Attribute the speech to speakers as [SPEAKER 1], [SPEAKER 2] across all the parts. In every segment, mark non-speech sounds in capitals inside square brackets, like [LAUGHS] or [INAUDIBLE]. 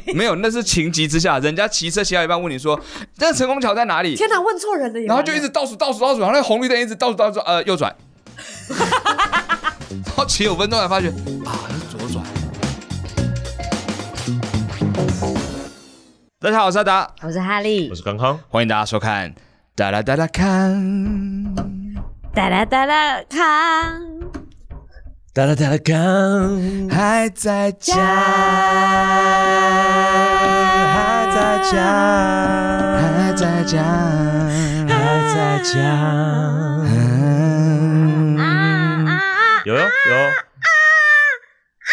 [SPEAKER 1] [LAUGHS] 没有，那是情急之下，人家骑车骑到一半问你说，那成功桥在哪里？
[SPEAKER 2] [LAUGHS] 天哪，问错人了也
[SPEAKER 1] 然后
[SPEAKER 2] 完了，
[SPEAKER 1] 就一直倒数倒数倒数，然后那个红绿灯一直倒数倒数，呃，右转。 [LAUGHS] 然后骑五分钟才发觉啊，是左转。大家好，我是阿达，
[SPEAKER 2] 我是哈利
[SPEAKER 3] 我，是康康，
[SPEAKER 1] 欢迎大家收看《哒啦哒啦看》。
[SPEAKER 2] 哒啦哒啦康
[SPEAKER 3] 哒啦哒啦干，
[SPEAKER 1] 还在家，
[SPEAKER 3] 还在家，
[SPEAKER 1] 还在家，
[SPEAKER 3] 还在家，
[SPEAKER 1] 嗯
[SPEAKER 2] 嗯啊
[SPEAKER 3] 有
[SPEAKER 4] 啊
[SPEAKER 3] 哟有哟，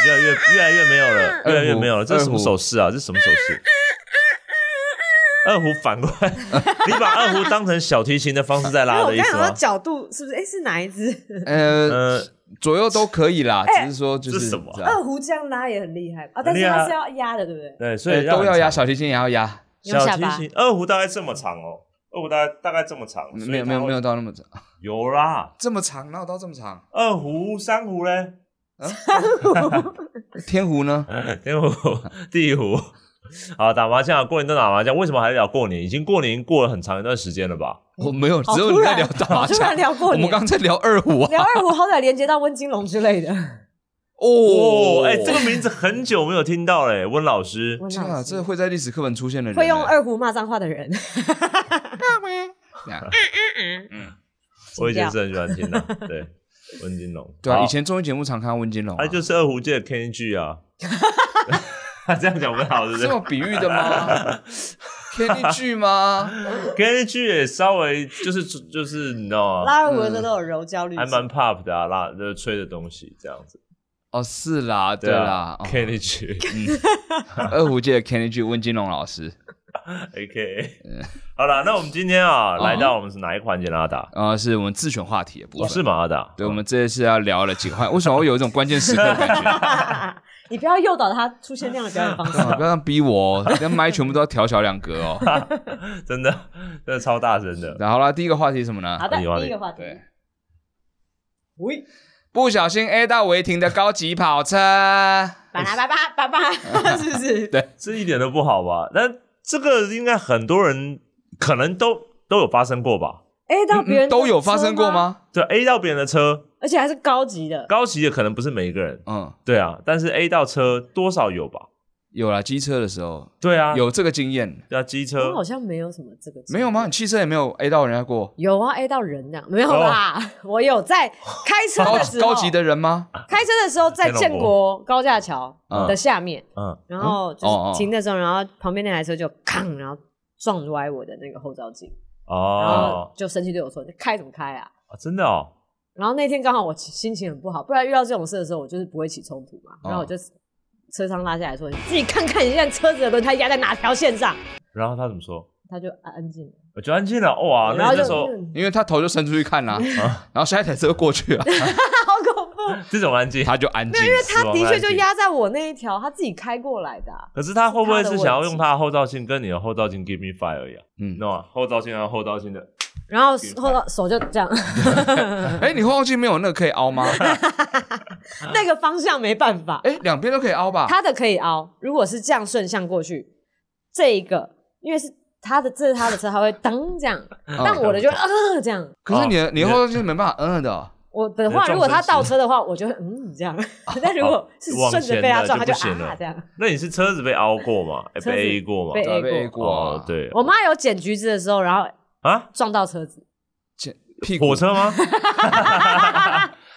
[SPEAKER 3] 越来越越来越没有了，越来越没有了，这是什么手势啊？这是什么手势？
[SPEAKER 4] 啊
[SPEAKER 3] 二胡反过来，你把二胡当成小提琴的方式在
[SPEAKER 2] 因为
[SPEAKER 3] 拉
[SPEAKER 2] 哎我
[SPEAKER 3] 的意
[SPEAKER 2] 刚
[SPEAKER 3] 思
[SPEAKER 4] [LAUGHS]
[SPEAKER 2] 想到
[SPEAKER 3] 吗？
[SPEAKER 2] 角度是不是？哎，是哪一只？
[SPEAKER 1] 呃，
[SPEAKER 3] 呃，
[SPEAKER 1] 左右都可以啦，只是说就
[SPEAKER 3] 这
[SPEAKER 1] 是
[SPEAKER 3] 什么啊
[SPEAKER 1] 这样
[SPEAKER 2] 二胡这样拉也很厉害啊，但是
[SPEAKER 3] 很厉害
[SPEAKER 2] 它
[SPEAKER 3] 啊
[SPEAKER 2] 是要压的，对不对？
[SPEAKER 3] 对，所
[SPEAKER 1] 对，
[SPEAKER 3] 以
[SPEAKER 1] 呃都要压，
[SPEAKER 3] 压
[SPEAKER 1] 小提琴也要压，
[SPEAKER 3] 小
[SPEAKER 4] 用下
[SPEAKER 3] 提
[SPEAKER 4] 巴
[SPEAKER 3] 琴，二胡大概这么长哦，二胡大概大概这么长，所以
[SPEAKER 1] 没有没
[SPEAKER 3] 它
[SPEAKER 1] 有
[SPEAKER 3] 会
[SPEAKER 1] 没有到那么长，
[SPEAKER 3] 有啦，
[SPEAKER 1] 这么长，闹到这么长，
[SPEAKER 3] 二胡、三胡嘞， [LAUGHS]
[SPEAKER 1] 天胡呢？
[SPEAKER 3] 天胡、地胡。 [LAUGHS] 好，打麻将，啊过年都打麻将，为什么还聊过年？已经过年过了很长一段时间了吧？
[SPEAKER 1] 我没有，
[SPEAKER 2] 好
[SPEAKER 1] 只有
[SPEAKER 2] 突
[SPEAKER 1] 你在
[SPEAKER 2] 然
[SPEAKER 1] 聊打麻
[SPEAKER 2] 好突然
[SPEAKER 1] 将，
[SPEAKER 2] 聊过
[SPEAKER 1] 我
[SPEAKER 2] 年
[SPEAKER 1] 们刚才聊二胡啊，
[SPEAKER 2] 聊二胡好歹连接到温金龙之类的。
[SPEAKER 3] 哦，哎、这个名字很久没有听到嘞，温老师。
[SPEAKER 2] 温
[SPEAKER 1] 天
[SPEAKER 2] 老
[SPEAKER 1] 啊，
[SPEAKER 2] 师
[SPEAKER 1] 这会在历史课本出现的人，
[SPEAKER 2] 会用，二胡骂脏话
[SPEAKER 1] [LAUGHS]
[SPEAKER 2] 的人，
[SPEAKER 3] 我以前是很喜欢听的，对，温金龙。
[SPEAKER 1] 对啊，
[SPEAKER 3] 好
[SPEAKER 1] 以前综艺节目常看到温金龙啊，
[SPEAKER 3] 他就是二胡界的 Kenny G 啊。这样讲不
[SPEAKER 1] [LAUGHS]
[SPEAKER 3] 好，是不
[SPEAKER 1] 这
[SPEAKER 3] 是
[SPEAKER 1] 么比喻的 [LAUGHS] 吗？天地剧吗？
[SPEAKER 3] ？Kenny G 也稍微就是就是你知
[SPEAKER 1] 嗯
[SPEAKER 3] 道吗？
[SPEAKER 2] 拉二胡的都有柔焦虑
[SPEAKER 3] 还
[SPEAKER 2] 症。
[SPEAKER 3] 蛮 pop 的啊，拉就是吹的东西这样子。
[SPEAKER 1] 哦，是啦，对
[SPEAKER 3] 对
[SPEAKER 1] 啦
[SPEAKER 3] 啊，
[SPEAKER 1] 哦
[SPEAKER 3] ，Kenny G。
[SPEAKER 1] [LAUGHS] 二胡界的 Kenny G 温金龙老师，
[SPEAKER 3] A.K. 好了，那我们今天啊，
[SPEAKER 1] 嗯
[SPEAKER 3] 来到我们是哪一环节呢？阿达？
[SPEAKER 1] 然后呃是我们自选话题的部
[SPEAKER 3] 不
[SPEAKER 1] 分。
[SPEAKER 3] 是吗？阿达？
[SPEAKER 1] 对，我们这次要聊了几个话，为什么会有一种关键时刻的 [LAUGHS] 感觉？
[SPEAKER 2] 你不要诱导他出现那样的表
[SPEAKER 1] [LAUGHS]
[SPEAKER 2] 演方式。
[SPEAKER 1] 啊不要这样逼我哦，那麦全部都要调小两格 [LAUGHS] 哦。
[SPEAKER 3] 真的真的超大声的。
[SPEAKER 1] 然后啦，第一个话题是什么
[SPEAKER 2] 好
[SPEAKER 1] 呢？
[SPEAKER 2] 的，
[SPEAKER 3] 你玩
[SPEAKER 2] 第一个话题。
[SPEAKER 1] 对，
[SPEAKER 2] 喂，
[SPEAKER 1] 不小心 A 到违停的高级跑车。嗯
[SPEAKER 2] 巴拉巴拉巴
[SPEAKER 1] [LAUGHS]
[SPEAKER 2] 巴，是不是？
[SPEAKER 3] 这一点都不好吧？但这个应该很多人可能都都有发生过吧？
[SPEAKER 2] 哎，到别人
[SPEAKER 1] 嗯都有发生过
[SPEAKER 2] 的车？
[SPEAKER 1] 吗？
[SPEAKER 3] 对，A 啊到别人的车，
[SPEAKER 2] 而且还是高级的，
[SPEAKER 3] 高级的可能不是每一个人，
[SPEAKER 1] 嗯，
[SPEAKER 3] 对啊，但是 A 到车多少有吧？
[SPEAKER 1] 有啦，机车的时候
[SPEAKER 3] 对啊，
[SPEAKER 1] 有这个经验，
[SPEAKER 3] 对啊，机
[SPEAKER 2] 我
[SPEAKER 3] 车
[SPEAKER 2] 好像没有什么这个。
[SPEAKER 1] 没有吗？你？汽车也没有 A 到人家过，
[SPEAKER 2] 有啊，A 到人呢？没有啦，我有在开车
[SPEAKER 1] 高
[SPEAKER 2] 的哦时
[SPEAKER 1] [LAUGHS]
[SPEAKER 2] 候，
[SPEAKER 1] 高级的人吗？
[SPEAKER 2] 开车的时候在建国高架桥的下面，
[SPEAKER 3] 嗯，
[SPEAKER 2] 然后
[SPEAKER 1] 哦
[SPEAKER 2] 就是停的时候，然后旁边那台车就扛，然后撞歪我的那个后照镜，然后
[SPEAKER 3] 哦，
[SPEAKER 2] 就生气对我说：“你开什么开啊
[SPEAKER 3] 啊真的哦，？”
[SPEAKER 2] 然后那天刚好我心情很不好，不然遇到这种事的时候，我就是不会起冲突嘛。
[SPEAKER 1] 哦
[SPEAKER 2] 然后我就车窗拉下来说：“你自己看看你现在车子的轮胎压在哪条线上。
[SPEAKER 3] 然后他怎么说？”
[SPEAKER 2] 他就安安静了，
[SPEAKER 3] 我就安静了，哇，
[SPEAKER 2] 然
[SPEAKER 3] 那
[SPEAKER 2] 后
[SPEAKER 3] 你
[SPEAKER 2] 就
[SPEAKER 3] 那时候
[SPEAKER 2] 嗯
[SPEAKER 1] 因为他头就伸出去看啦，然后下一台车过去了，
[SPEAKER 2] 好恐怖。
[SPEAKER 3] 这种安静，
[SPEAKER 1] 他就安静。
[SPEAKER 3] 死
[SPEAKER 2] 他
[SPEAKER 3] 亡
[SPEAKER 2] 的确
[SPEAKER 3] 安
[SPEAKER 2] 就
[SPEAKER 3] 静
[SPEAKER 2] 压在我那一条，他自己开过来的啊、
[SPEAKER 3] 可是他会不会
[SPEAKER 2] 是他的
[SPEAKER 3] 是想要
[SPEAKER 2] 问题
[SPEAKER 3] 用他的后照镜跟你的后照镜 give me five 而已啊？
[SPEAKER 1] 嗯
[SPEAKER 3] 你懂吗？后照镜啊，后照镜的，
[SPEAKER 2] 然后后来手就这样， [LAUGHS]
[SPEAKER 1] 哎，你后照镜没有那个可以凹吗？
[SPEAKER 2] 那个方向没办
[SPEAKER 3] [LAUGHS]
[SPEAKER 2] 法，
[SPEAKER 1] 哎，两边都可以凹吧？
[SPEAKER 2] 他的可以凹。如果是这样顺向过去，这一个因为是他的，这是他的车，他会噔这样，
[SPEAKER 3] 嗯
[SPEAKER 2] 但我的就啊、这样。
[SPEAKER 1] 嗯可是你的
[SPEAKER 3] 哦
[SPEAKER 1] 你的后照镜是没办法嗯的哦，
[SPEAKER 2] 我的话，
[SPEAKER 3] 你的
[SPEAKER 2] 如果他
[SPEAKER 3] 撞
[SPEAKER 2] 倒
[SPEAKER 3] 车
[SPEAKER 2] 车的话，我就会嗯
[SPEAKER 3] [LAUGHS]
[SPEAKER 2] 这样；但如果是顺着被他撞，他就
[SPEAKER 3] 往前的就不行
[SPEAKER 2] 啊
[SPEAKER 3] 了
[SPEAKER 2] 这样。 [LAUGHS]
[SPEAKER 3] 那你是车子被凹过吗？哎
[SPEAKER 2] 车子
[SPEAKER 3] 被 A 过吗
[SPEAKER 2] 被？
[SPEAKER 1] 对被
[SPEAKER 2] A
[SPEAKER 1] 过啊
[SPEAKER 3] 哦，，对
[SPEAKER 2] 我妈有捡橘子的时候，然后
[SPEAKER 3] 啊，
[SPEAKER 2] 撞到车
[SPEAKER 3] [LAUGHS]
[SPEAKER 2] 子，
[SPEAKER 1] 这屁股
[SPEAKER 3] 火车
[SPEAKER 1] [LAUGHS]
[SPEAKER 3] 吗？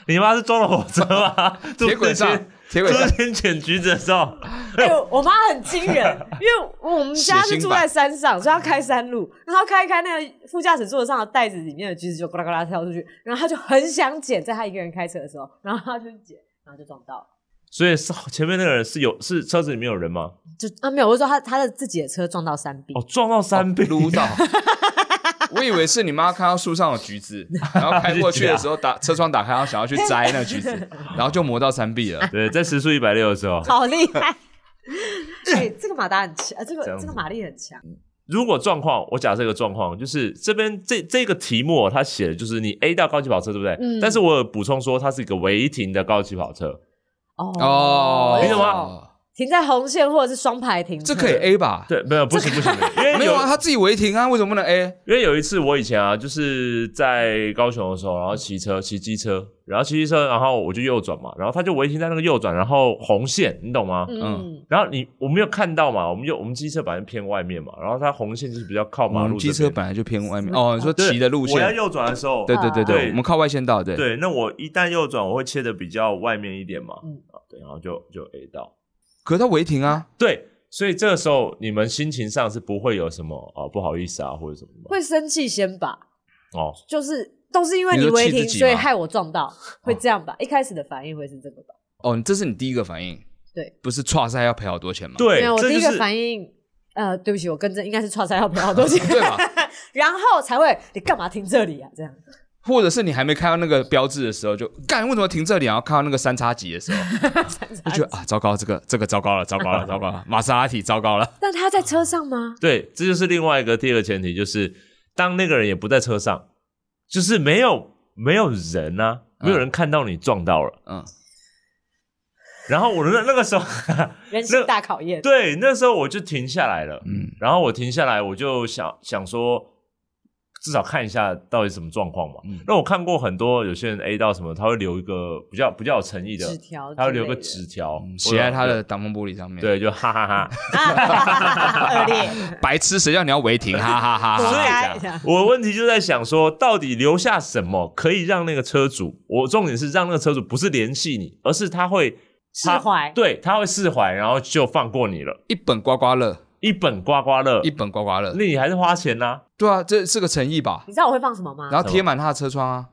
[SPEAKER 3] 你妈是装了火车吗？
[SPEAKER 1] [LAUGHS] 铁轨上
[SPEAKER 3] 朱
[SPEAKER 1] 铁
[SPEAKER 3] 自清，
[SPEAKER 1] 轨
[SPEAKER 3] 朱
[SPEAKER 1] 上
[SPEAKER 3] 自清捡橘子哦的时候，
[SPEAKER 2] 哎、呦，我妈很惊人，因为我们家是住在山上，所以要开山路，然后开一开那个副驾驶座上的袋子里面的橘子就呱啦呱啦跳出去，然后她就很想捡，在她一个人开车的时候，然后她就捡，然后就撞到了。
[SPEAKER 3] 所以是前面那个人是有是车子里面有人吗？
[SPEAKER 2] 就啊没有，我是说她她的自己的车撞到山
[SPEAKER 1] 嗯
[SPEAKER 2] 壁，
[SPEAKER 3] 哦，撞到山壁，
[SPEAKER 1] 撸到。 [LAUGHS] 我以为是你妈看到树上有橘子，然后开过去的时候打车窗打开，然后想要去摘那个橘子，然后就磨到山壁
[SPEAKER 3] [LAUGHS]
[SPEAKER 1] 了。
[SPEAKER 3] 对，在时速一百六的时候，
[SPEAKER 2] 好厉
[SPEAKER 3] [LAUGHS]
[SPEAKER 2] 害！哎、这个马达很强，呃这
[SPEAKER 3] 这
[SPEAKER 2] 个
[SPEAKER 3] 样
[SPEAKER 2] 这
[SPEAKER 3] 子
[SPEAKER 2] 个马力很强，
[SPEAKER 3] 如果状况，我假设一个状况，就是这边这这个题目哦它写的就是你 A 到高级跑车，对不对？
[SPEAKER 2] 嗯
[SPEAKER 3] 但是我有补充说它是一个违停的高级跑车，
[SPEAKER 2] 哦
[SPEAKER 1] 哦，
[SPEAKER 3] 你怎么
[SPEAKER 2] 哦
[SPEAKER 1] 哦
[SPEAKER 2] 停在红线或者是双排停，
[SPEAKER 1] 这可以 A 吧？
[SPEAKER 3] 对，没有不行不行，不行因为
[SPEAKER 1] 没有啊，他自己违停啊，为什么不能 A？
[SPEAKER 3] 因为有一次我以前啊，就是在高雄的时候，
[SPEAKER 1] 嗯
[SPEAKER 3] 然后骑车骑机车，然后骑机车，然后我就右转嘛，然后他就违停在那个右转，然后红线，你懂吗？
[SPEAKER 2] 嗯，
[SPEAKER 3] 然后你我没有看到嘛，我们就我们机车本来就偏外面嘛，然后它红线就是比较靠马
[SPEAKER 1] 我
[SPEAKER 3] 路
[SPEAKER 1] 们
[SPEAKER 3] 这边。
[SPEAKER 1] 哦机车本来就偏外面哦，你说
[SPEAKER 3] 对
[SPEAKER 1] 骑的路
[SPEAKER 3] 我要
[SPEAKER 1] 线，
[SPEAKER 3] 右转的时候，
[SPEAKER 1] 对对对对，
[SPEAKER 3] 对
[SPEAKER 1] 我们靠外线道，对，
[SPEAKER 3] 对，那我一旦右转，我会切的比较外面一点嘛，
[SPEAKER 2] 嗯
[SPEAKER 3] 啊，对，然后就就 A 到，
[SPEAKER 1] 可是他违停啊，
[SPEAKER 3] 对，所以这个时候你们心情上是不会有什么啊、不好意思啊或者什么的吗
[SPEAKER 2] 会生气先吧，
[SPEAKER 3] 哦，
[SPEAKER 2] 就是都是因为
[SPEAKER 1] 你
[SPEAKER 2] 你
[SPEAKER 1] 说气
[SPEAKER 2] 违
[SPEAKER 1] 自
[SPEAKER 2] 停，
[SPEAKER 1] 己
[SPEAKER 2] 所以
[SPEAKER 1] 吗
[SPEAKER 2] 害我撞到，会这样吧？一开始的反应会是这个吧？
[SPEAKER 1] 哦，这是你第一个反应，
[SPEAKER 2] 对，
[SPEAKER 1] 不是唰塞要赔好多钱吗？
[SPEAKER 3] 对
[SPEAKER 2] 没有，，我
[SPEAKER 3] 这
[SPEAKER 2] 第
[SPEAKER 3] 就
[SPEAKER 2] 一个
[SPEAKER 3] 是
[SPEAKER 2] 反应，呃，对不起，我跟着应该是错，才要赔好多钱，
[SPEAKER 1] [LAUGHS] 对吧？
[SPEAKER 2] [LAUGHS] 然后才会你干嘛停这里啊？这样
[SPEAKER 1] 或者是你还没看到那个标志的时候就，干为什么停这里？然后看到那个三叉戟的时候，就觉得啊，糟糕，这个这个糟糕了，糟
[SPEAKER 3] [LAUGHS]
[SPEAKER 1] 糕了，糟糕了，玛莎拉蒂糟糕了。
[SPEAKER 2] [LAUGHS] 但他在车上吗？
[SPEAKER 3] 对，这就是另外一个第二个前提，就是当那个人也不在车上，就是没有没有人啊，没有人看到你撞到了，
[SPEAKER 1] 嗯，
[SPEAKER 3] 然后我那那个时候， [LAUGHS]
[SPEAKER 2] 人性大考验，
[SPEAKER 3] 对，啊那时候我就停下来了，
[SPEAKER 1] 嗯
[SPEAKER 3] 然后我停下来，我就想想说，至少看一下到底什么状况嘛。
[SPEAKER 1] 嗯
[SPEAKER 3] 那我看过很多有些人 A 到什么，他会留一个比较比较有诚意的
[SPEAKER 2] 纸，条，
[SPEAKER 3] 他会留个，纸条
[SPEAKER 1] 嗯写在他的，挡嗯风玻璃上面。
[SPEAKER 3] 对，就哈哈
[SPEAKER 2] [LAUGHS]
[SPEAKER 3] 哈。
[SPEAKER 2] 恶劣，
[SPEAKER 1] [LAUGHS] 白痴，谁叫你要违
[SPEAKER 3] [LAUGHS]
[SPEAKER 1] 停？哈哈哈
[SPEAKER 2] 活
[SPEAKER 1] 哈！
[SPEAKER 2] 该。
[SPEAKER 1] 这样
[SPEAKER 3] 我的问题就在想说，到底留下什么可以让那个车主？我重点是让那个车主不是联系你，而是他会
[SPEAKER 2] 释
[SPEAKER 3] 他
[SPEAKER 2] 怀
[SPEAKER 3] 对，他会释怀，然后就放过你了，
[SPEAKER 1] 一本刮刮乐，
[SPEAKER 3] 一本刮刮乐
[SPEAKER 1] 一，本刮刮乐，
[SPEAKER 3] 那你还是花钱呐、
[SPEAKER 1] 对啊，这是个诚意吧？
[SPEAKER 2] 你知道我会放什么吗？
[SPEAKER 1] 然后贴满他的车窗
[SPEAKER 3] [LAUGHS]
[SPEAKER 1] 啊，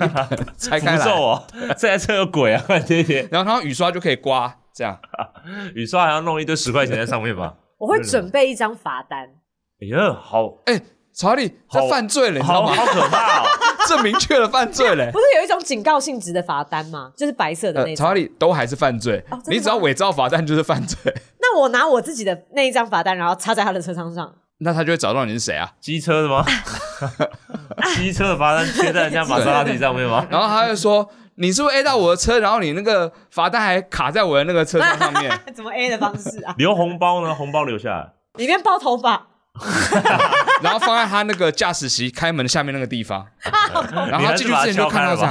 [SPEAKER 1] 一本拆
[SPEAKER 3] 符
[SPEAKER 1] 开来，
[SPEAKER 3] 咒哦，这台车有鬼啊！快点点，
[SPEAKER 1] 然后他用雨刷就可以刮，这样
[SPEAKER 3] 雨刷还要弄一堆十块钱在上面
[SPEAKER 1] [LAUGHS]
[SPEAKER 3] 吧？
[SPEAKER 2] 我会准备一张罚单，
[SPEAKER 3] 哎呀，好
[SPEAKER 1] 哎、查理他
[SPEAKER 3] 好
[SPEAKER 1] 犯罪了，你知道 [LAUGHS]
[SPEAKER 3] 好
[SPEAKER 1] 吗？
[SPEAKER 3] 好可怕哦！
[SPEAKER 1] 这明确的犯罪
[SPEAKER 2] [LAUGHS]
[SPEAKER 1] 呃嘞
[SPEAKER 2] 不。是有一种警告性质的罚单吗？就是白色的
[SPEAKER 1] 呃，
[SPEAKER 2] 那种。
[SPEAKER 1] 查理都还是犯罪，
[SPEAKER 2] 哦真的
[SPEAKER 1] 你只要
[SPEAKER 2] 吗
[SPEAKER 1] 伪造罚单就是犯罪， [LAUGHS]
[SPEAKER 2] 那我拿我自己的那一张罚单，然后插在他的车窗上，
[SPEAKER 1] 那他就会找到你是谁啊。
[SPEAKER 3] 机车的
[SPEAKER 1] [LAUGHS]
[SPEAKER 3] 吗？机车的罚单贴在人家玛莎拉蒂上面吗？
[SPEAKER 1] 然后他就说：“你是不是 A 到我的车？然后你那个罚单还卡在我的那个车窗上
[SPEAKER 2] [LAUGHS]
[SPEAKER 1] 面。
[SPEAKER 2] [LAUGHS] 怎么 A 的方式啊？
[SPEAKER 3] 留红包呢？红包留下来。
[SPEAKER 2] [LAUGHS] 里面包头发，”
[SPEAKER 1] 然后放在他那个驾驶席开门下面那个地方。然后
[SPEAKER 3] 你
[SPEAKER 1] 他
[SPEAKER 3] 还
[SPEAKER 1] 进
[SPEAKER 3] 是
[SPEAKER 1] 去
[SPEAKER 3] 把它
[SPEAKER 1] 之前就
[SPEAKER 3] 敲
[SPEAKER 1] 看
[SPEAKER 3] 开
[SPEAKER 1] 到
[SPEAKER 3] 了
[SPEAKER 1] 这
[SPEAKER 3] 吧？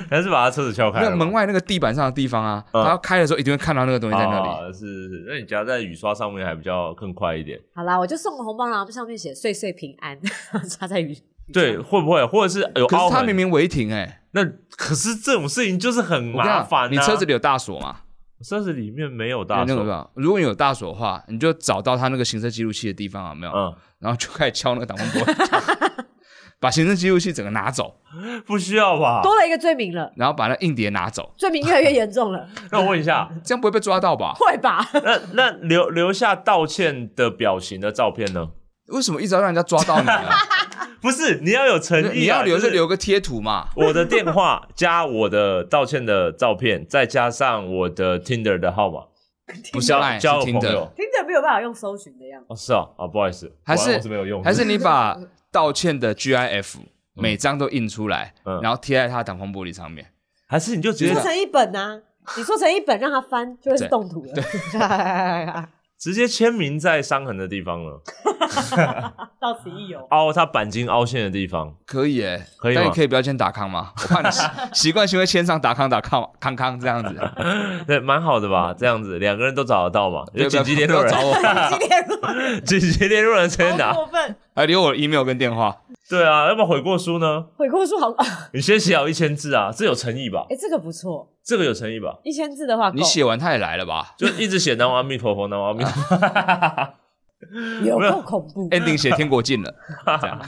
[SPEAKER 1] 样，
[SPEAKER 3] 还是把他车子敲开
[SPEAKER 1] 那
[SPEAKER 3] 了吧？
[SPEAKER 1] 个门外那个地板上的地方啊，
[SPEAKER 3] 嗯
[SPEAKER 1] 他要开的时候一定会看到那个东西在那里。
[SPEAKER 3] 啊、是是是，那你夹在雨刷上面还比较更快一点。
[SPEAKER 2] 好啦，我就送个红包，然后上面写“岁岁平安”， [LAUGHS] 插在雨。
[SPEAKER 3] 对，会不会或者是有
[SPEAKER 1] 可
[SPEAKER 3] 凹
[SPEAKER 1] 是他
[SPEAKER 3] 痕？
[SPEAKER 1] 明明违停哎，
[SPEAKER 3] 那可是这种事情就是很
[SPEAKER 1] 我跟你
[SPEAKER 3] 麻
[SPEAKER 1] 讲
[SPEAKER 3] 烦、啊。
[SPEAKER 1] 你车子里有大锁吗？
[SPEAKER 3] 车子里面没有大
[SPEAKER 1] 有那
[SPEAKER 3] 手
[SPEAKER 1] 个，对吧如果你有大锁的话，你就找到他那个行车记录器的地方啊，有没有？
[SPEAKER 3] 嗯，
[SPEAKER 1] 然后就开始敲那个挡风玻璃，把行车记录器整个拿走，
[SPEAKER 3] 嗯不需要吧？
[SPEAKER 2] 多了一个罪名了，
[SPEAKER 1] 然后把那硬碟拿走，
[SPEAKER 2] 罪名越来越严重 [LAUGHS] 了，
[SPEAKER 3] 那我问一下，
[SPEAKER 1] 这样不会被抓到吧？
[SPEAKER 2] 会吧？
[SPEAKER 3] 那那留留下道歉的表情的照片呢？
[SPEAKER 1] [LAUGHS] 为什么一直要让人家抓到你啊？
[SPEAKER 3] 不是，你要有诚意、啊，
[SPEAKER 1] [LAUGHS] 你要留
[SPEAKER 3] 就
[SPEAKER 1] 就是留个贴图嘛。
[SPEAKER 3] 我的电话加我的道歉的照片，再加上我的 Tinder 的号码，
[SPEAKER 1] 不是啊 Line，
[SPEAKER 3] 交
[SPEAKER 1] 是
[SPEAKER 3] 个
[SPEAKER 1] Tinder
[SPEAKER 3] 朋友。
[SPEAKER 2] 听着没有办法用搜寻的样子，
[SPEAKER 3] 哦，是啊，啊，不好意思，
[SPEAKER 1] 还是
[SPEAKER 3] 果然我是没有用的，
[SPEAKER 1] 还是你把道歉的 GIF 每张都印出来，
[SPEAKER 3] 嗯
[SPEAKER 1] 然后贴在他的挡风玻璃上面。
[SPEAKER 3] 还是你就直
[SPEAKER 2] 你
[SPEAKER 3] 接
[SPEAKER 2] 做成一本啊，你做成一本让他翻，就会是动图了。
[SPEAKER 3] 直接签名在伤痕的地方了，
[SPEAKER 2] [LAUGHS] 到此一 [LAUGHS] 游，
[SPEAKER 3] 凹他钣金凹陷的地方，
[SPEAKER 1] 可以诶，
[SPEAKER 3] 可以吗
[SPEAKER 1] 但你可以不要签达康吗？我怕你习 [LAUGHS] 习惯性会签上达康达康康康这样 [LAUGHS] 子，
[SPEAKER 3] 对，蛮好的吧？这样子两个人都找得到嘛？
[SPEAKER 1] 嗯 [LAUGHS]
[SPEAKER 3] 有
[SPEAKER 1] 对
[SPEAKER 3] 紧急联
[SPEAKER 1] 不
[SPEAKER 3] 络
[SPEAKER 1] 要不要
[SPEAKER 3] 人，
[SPEAKER 1] 找我，
[SPEAKER 2] 今天入
[SPEAKER 3] 紧急联络人直接
[SPEAKER 1] [LAUGHS]
[SPEAKER 3] 拿。
[SPEAKER 2] 过分，
[SPEAKER 1] 还留我的 email 跟电话。
[SPEAKER 3] 对啊，要不然悔过书呢？
[SPEAKER 2] 悔过 [LAUGHS] 书好，哎，
[SPEAKER 3] 你先写好一千字啊，这有诚意吧？
[SPEAKER 2] 这个不错，
[SPEAKER 3] 这个有诚意吧？
[SPEAKER 2] 一千字的话够，
[SPEAKER 1] 你写完他也来了吧
[SPEAKER 3] 就一直写南无阿弥陀佛，南无阿弥陀
[SPEAKER 1] [LAUGHS]
[SPEAKER 3] 佛。
[SPEAKER 2] 有
[SPEAKER 3] 没有
[SPEAKER 2] 够恐怖。
[SPEAKER 1] ？ending 写天国尽了，这样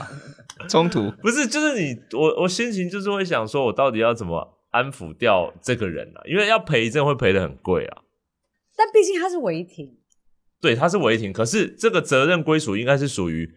[SPEAKER 1] 冲突。
[SPEAKER 3] 不是，就是你，我我心情就是会想说，我到底要怎么安抚掉这个人啊？因为要赔，真的会赔的很贵啊。
[SPEAKER 2] 但毕竟他是违停，
[SPEAKER 3] 对，他是违停，可是这个责任归属应该是属于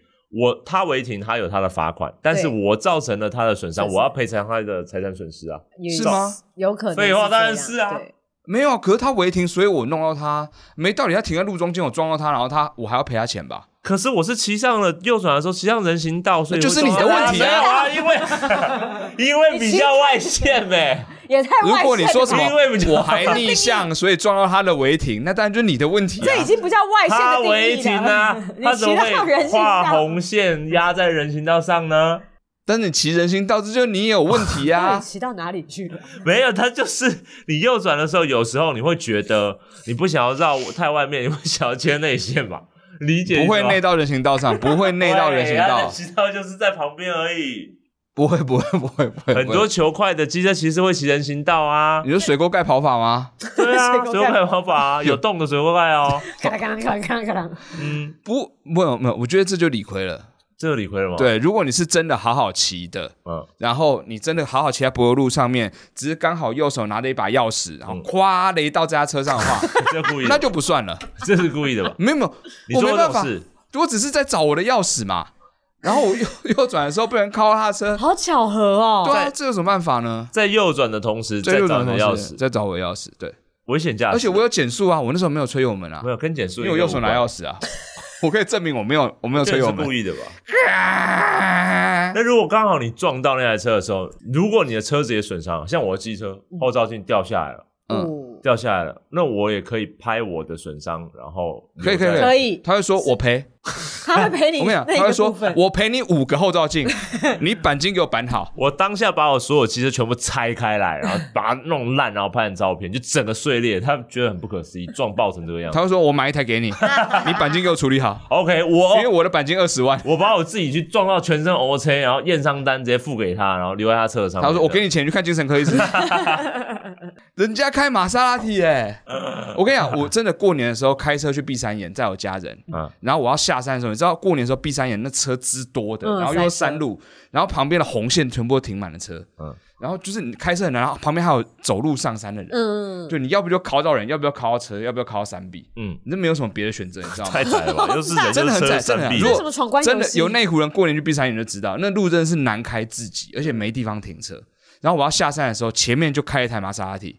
[SPEAKER 3] 我，他违停，他有他的罚款，但是
[SPEAKER 2] 对
[SPEAKER 3] 我造成了他的损伤，
[SPEAKER 2] 损失
[SPEAKER 3] 我要赔偿他的财产损失啊。
[SPEAKER 2] 也
[SPEAKER 1] 是吗？
[SPEAKER 2] 有可能这
[SPEAKER 3] 废
[SPEAKER 2] 样。
[SPEAKER 3] 话当然是啊
[SPEAKER 2] 对
[SPEAKER 1] 没有啊，可是他违停，所以我弄到他，没道理他停在路中间，我撞到他，然后他我还要赔他钱吧？
[SPEAKER 3] 可是我是骑上了右转的时候，骑上人行道，所以
[SPEAKER 1] 那就是
[SPEAKER 3] 我
[SPEAKER 1] 你的
[SPEAKER 3] 撞到
[SPEAKER 1] 问题啊
[SPEAKER 3] 他没有啊，
[SPEAKER 2] [LAUGHS]
[SPEAKER 3] 因为因为比较外线呗，
[SPEAKER 2] 也太
[SPEAKER 1] 如
[SPEAKER 2] 外
[SPEAKER 1] 果你
[SPEAKER 2] 线
[SPEAKER 1] 说
[SPEAKER 2] 了
[SPEAKER 1] 什
[SPEAKER 2] 吧
[SPEAKER 1] 么
[SPEAKER 3] 因为比较
[SPEAKER 1] 我还逆向，所以撞到他的违停，那当然就是你的问题
[SPEAKER 2] 这已
[SPEAKER 1] 啊。
[SPEAKER 2] 经不叫外线
[SPEAKER 3] 他
[SPEAKER 2] 的哎定
[SPEAKER 3] 违
[SPEAKER 2] 义
[SPEAKER 3] 停啊
[SPEAKER 2] 了。，[LAUGHS]
[SPEAKER 3] 他
[SPEAKER 2] 你
[SPEAKER 3] 怎
[SPEAKER 2] 骑
[SPEAKER 3] 么
[SPEAKER 2] 到人
[SPEAKER 3] 会
[SPEAKER 2] 行
[SPEAKER 3] 画
[SPEAKER 2] 道，
[SPEAKER 3] 红线压在人行道上呢？
[SPEAKER 1] 但是你骑人行道，这就是你也有问题
[SPEAKER 2] 到底
[SPEAKER 1] 啊。
[SPEAKER 2] 骑到哪里去了？
[SPEAKER 3] 没有，他就是你右转的时候，有时候你会觉得你不想要绕太外面，你会想要切内线吧？理解
[SPEAKER 1] 不会内
[SPEAKER 3] 道，
[SPEAKER 1] 到人行道上，不会内到人行
[SPEAKER 3] 对哎他人
[SPEAKER 1] 道，
[SPEAKER 3] 行道就是在旁边而已。
[SPEAKER 1] 不会不会不会不会。
[SPEAKER 3] 很
[SPEAKER 1] 不
[SPEAKER 3] 多
[SPEAKER 1] 会
[SPEAKER 3] 球快的机车骑士会骑人行道啊
[SPEAKER 1] 你，说水沟盖跑法吗？[LAUGHS]
[SPEAKER 3] 对啊，
[SPEAKER 2] 水
[SPEAKER 3] 水
[SPEAKER 2] 沟盖
[SPEAKER 3] 沟盖方法啊，有洞的水沟盖哦。
[SPEAKER 2] 嘎啦嘎啦嘎啦嘎啦嘎啦，
[SPEAKER 3] 嗯，
[SPEAKER 1] 不，没有没有，我觉得这就理亏了。
[SPEAKER 3] 这个理亏了吗？，
[SPEAKER 1] 对，如果你是真的好好骑的，
[SPEAKER 3] 嗯，
[SPEAKER 1] 然后你真的好好骑在柏油路上面，只是刚好右手拿着一把钥匙，然后
[SPEAKER 3] 嗯
[SPEAKER 1] 咵雷到这家车上
[SPEAKER 3] [LAUGHS]
[SPEAKER 1] 的话，
[SPEAKER 3] 这故意
[SPEAKER 1] 那
[SPEAKER 3] 的，
[SPEAKER 1] 就不算了。
[SPEAKER 3] 这是故
[SPEAKER 1] [LAUGHS]
[SPEAKER 3] 意的吧？
[SPEAKER 1] 没有没有，
[SPEAKER 3] 你
[SPEAKER 1] 我
[SPEAKER 3] 做
[SPEAKER 1] 没办
[SPEAKER 3] 过这
[SPEAKER 1] 法
[SPEAKER 3] 种，事，
[SPEAKER 1] 我只是在找我的钥匙嘛。然后我 [LAUGHS] 右右转的时候被人靠到他的
[SPEAKER 3] [LAUGHS]
[SPEAKER 1] 车，
[SPEAKER 2] 好巧合
[SPEAKER 1] 对
[SPEAKER 2] 哦！
[SPEAKER 1] 啊，这有什么办法呢？
[SPEAKER 3] 在右转的同时
[SPEAKER 1] 在
[SPEAKER 3] 再
[SPEAKER 1] 右
[SPEAKER 3] 找
[SPEAKER 1] 转的
[SPEAKER 3] 你的
[SPEAKER 1] 同
[SPEAKER 3] 钥
[SPEAKER 1] 时
[SPEAKER 3] 匙，
[SPEAKER 1] 在找我的钥匙，对，
[SPEAKER 3] 危险驾驶，
[SPEAKER 1] 而且我有减速啊，我那时候没有吹油门啊
[SPEAKER 3] 没，有跟减速
[SPEAKER 1] 因
[SPEAKER 3] 一
[SPEAKER 1] 为
[SPEAKER 3] 个无
[SPEAKER 1] 我
[SPEAKER 3] 关，
[SPEAKER 1] 右手拿钥
[SPEAKER 3] [LAUGHS]
[SPEAKER 1] 匙啊，我可以证明我没有我没有
[SPEAKER 3] 这
[SPEAKER 1] 吹
[SPEAKER 3] 个
[SPEAKER 1] 油
[SPEAKER 3] 是故
[SPEAKER 1] 门。
[SPEAKER 3] 意的吧？那如果刚好你撞到那台车的时候，如果你的车子也损伤了，像我的机车后照镜掉下来了，
[SPEAKER 1] 嗯，
[SPEAKER 2] 哦
[SPEAKER 3] 掉下来了，那我也可以拍我的损伤，然后
[SPEAKER 1] 可以可以
[SPEAKER 2] 可以
[SPEAKER 1] 他会说我赔，
[SPEAKER 2] 他会陪你
[SPEAKER 1] 我跟你
[SPEAKER 2] [LAUGHS] 那
[SPEAKER 1] 讲，
[SPEAKER 2] 一
[SPEAKER 1] 他会
[SPEAKER 2] 个部
[SPEAKER 1] 说
[SPEAKER 2] 分，
[SPEAKER 1] 我赔你五个后照镜，你钣金给我钣好。
[SPEAKER 3] 我当下把我所有机车全部拆开来，然后把它弄烂，然后拍成照片，就整个碎裂。他觉得很不可思议，撞爆成这个样子哦
[SPEAKER 1] 他。会说我买一台给你，你钣金给我处理好，
[SPEAKER 3] OK，
[SPEAKER 1] 因为
[SPEAKER 3] 我
[SPEAKER 1] 我的钣金二十万。
[SPEAKER 3] 我把我自己去撞到全身 O C，然后验伤单直接付给他，然后留在他车上。
[SPEAKER 1] 他说：“我给
[SPEAKER 3] 你，
[SPEAKER 1] 你钱去看精神科医生。”人家开玛莎拉蒂哎、我跟你讲，我真的过年的时候开车去碧山岩，载我家人，
[SPEAKER 3] 嗯，
[SPEAKER 1] 然后我要下山的时候，你知道过年的时候碧山岩那车之多的，
[SPEAKER 2] 嗯
[SPEAKER 1] 然后又是
[SPEAKER 2] 塞车
[SPEAKER 1] 山路，然后旁边的红线全部都停满了车，
[SPEAKER 3] 嗯
[SPEAKER 1] 然后就是你开车很难，然后旁边还有走路上山的人，
[SPEAKER 2] 嗯，
[SPEAKER 1] 就你要不就靠到人，要不要靠到车，要不要靠到山壁，
[SPEAKER 3] 嗯
[SPEAKER 1] 你这没有什么别的选择，你知道吗？
[SPEAKER 3] 太惨了吧，又是
[SPEAKER 1] [LAUGHS]
[SPEAKER 3] 人
[SPEAKER 1] 真的
[SPEAKER 3] 又
[SPEAKER 1] 很惨
[SPEAKER 3] 是车
[SPEAKER 1] 真的
[SPEAKER 3] 闪
[SPEAKER 1] 很
[SPEAKER 3] 避
[SPEAKER 1] 如
[SPEAKER 2] 那
[SPEAKER 1] 果
[SPEAKER 2] 什么闯关
[SPEAKER 1] 真
[SPEAKER 2] 游
[SPEAKER 1] 的
[SPEAKER 2] 戏
[SPEAKER 1] 有内湖人过年去碧山园就知道，那路真的是难开至极，而且没地方停车。然后我要下山的时候，前面就开一台玛莎拉
[SPEAKER 2] [GASPS]
[SPEAKER 1] 蒂，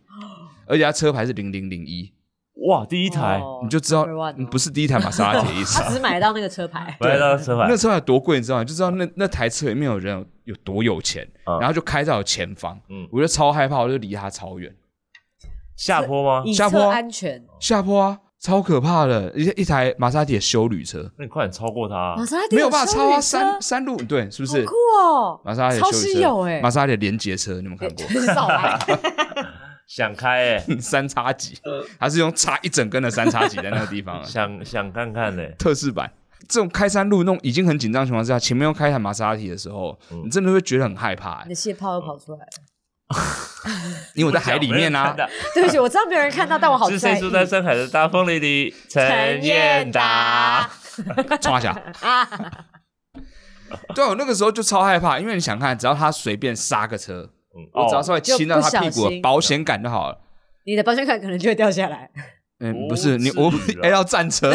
[SPEAKER 1] 而且它车牌是零零零一，
[SPEAKER 3] 哇，第一台，
[SPEAKER 2] 哦
[SPEAKER 1] 你就知道
[SPEAKER 2] number one 哦
[SPEAKER 1] 嗯不是第一台玛莎拉蒂的意思
[SPEAKER 2] [LAUGHS] 他。只是买到那个车牌
[SPEAKER 1] [LAUGHS]
[SPEAKER 3] 来到车牌
[SPEAKER 1] 那，车牌有多贵，你知道吗？就知道那那台车里面有人有有多有钱，
[SPEAKER 3] 嗯
[SPEAKER 1] 然后就开在我前方，
[SPEAKER 3] 嗯
[SPEAKER 1] 我就超害怕，我就离他超远，
[SPEAKER 3] 下坡吗？
[SPEAKER 2] 以
[SPEAKER 1] 下
[SPEAKER 2] 车
[SPEAKER 1] 坡啊
[SPEAKER 2] 安全。
[SPEAKER 1] 下坡啊，超可怕的，一一台玛莎拉蒂的修旅车，
[SPEAKER 3] 那你快点超过他啊
[SPEAKER 2] 玛！莎拉蒂
[SPEAKER 1] 没有办法
[SPEAKER 2] 修
[SPEAKER 1] 超
[SPEAKER 2] 旅
[SPEAKER 1] 啊，
[SPEAKER 2] 车
[SPEAKER 1] 山山路对，是不是
[SPEAKER 2] 好？酷哦，
[SPEAKER 1] 玛莎拉蒂的
[SPEAKER 2] 超
[SPEAKER 1] 修
[SPEAKER 2] 市
[SPEAKER 1] 旅
[SPEAKER 2] 有
[SPEAKER 1] 车，
[SPEAKER 2] 哎，
[SPEAKER 1] 玛莎拉蒂的连结车，你有没有看过？
[SPEAKER 2] [LAUGHS] 少来，
[SPEAKER 3] 想开哎，，
[SPEAKER 1] 三叉戟，它是用插一整根的三叉戟在那个地方啊
[SPEAKER 3] [LAUGHS] 想想看看欸嘞，
[SPEAKER 1] 特制版。这种开山路弄已经很紧张的情况之下，前面又开一台玛莎拉蒂的时候，
[SPEAKER 3] 嗯
[SPEAKER 1] 你真的会觉得很害怕、
[SPEAKER 2] 你
[SPEAKER 1] 欸
[SPEAKER 2] 的，气泡又跑出来了。
[SPEAKER 1] 因为我在海里面啊
[SPEAKER 3] 没人看。到
[SPEAKER 2] [LAUGHS] 对不起，我知道没有人看到，但我好
[SPEAKER 3] 是
[SPEAKER 2] 在
[SPEAKER 3] 谁
[SPEAKER 2] 意
[SPEAKER 3] 住。在深海的大风里的陈彦达？
[SPEAKER 1] 抓一下。
[SPEAKER 3] [LAUGHS]
[SPEAKER 1] 对，啊我那个时候就超害怕，因为你想看，只要他随便刹个车，
[SPEAKER 3] 嗯
[SPEAKER 1] 我只要稍微亲到他屁
[SPEAKER 2] 就不小
[SPEAKER 1] 股
[SPEAKER 2] 心
[SPEAKER 1] 保险杆就好了。
[SPEAKER 2] 你的保险卡可能就会掉下 [LAUGHS] 来。
[SPEAKER 1] 嗯，不是
[SPEAKER 3] 不
[SPEAKER 1] 你
[SPEAKER 3] 至于啊
[SPEAKER 1] 我
[SPEAKER 3] 啦
[SPEAKER 1] 哎要战车，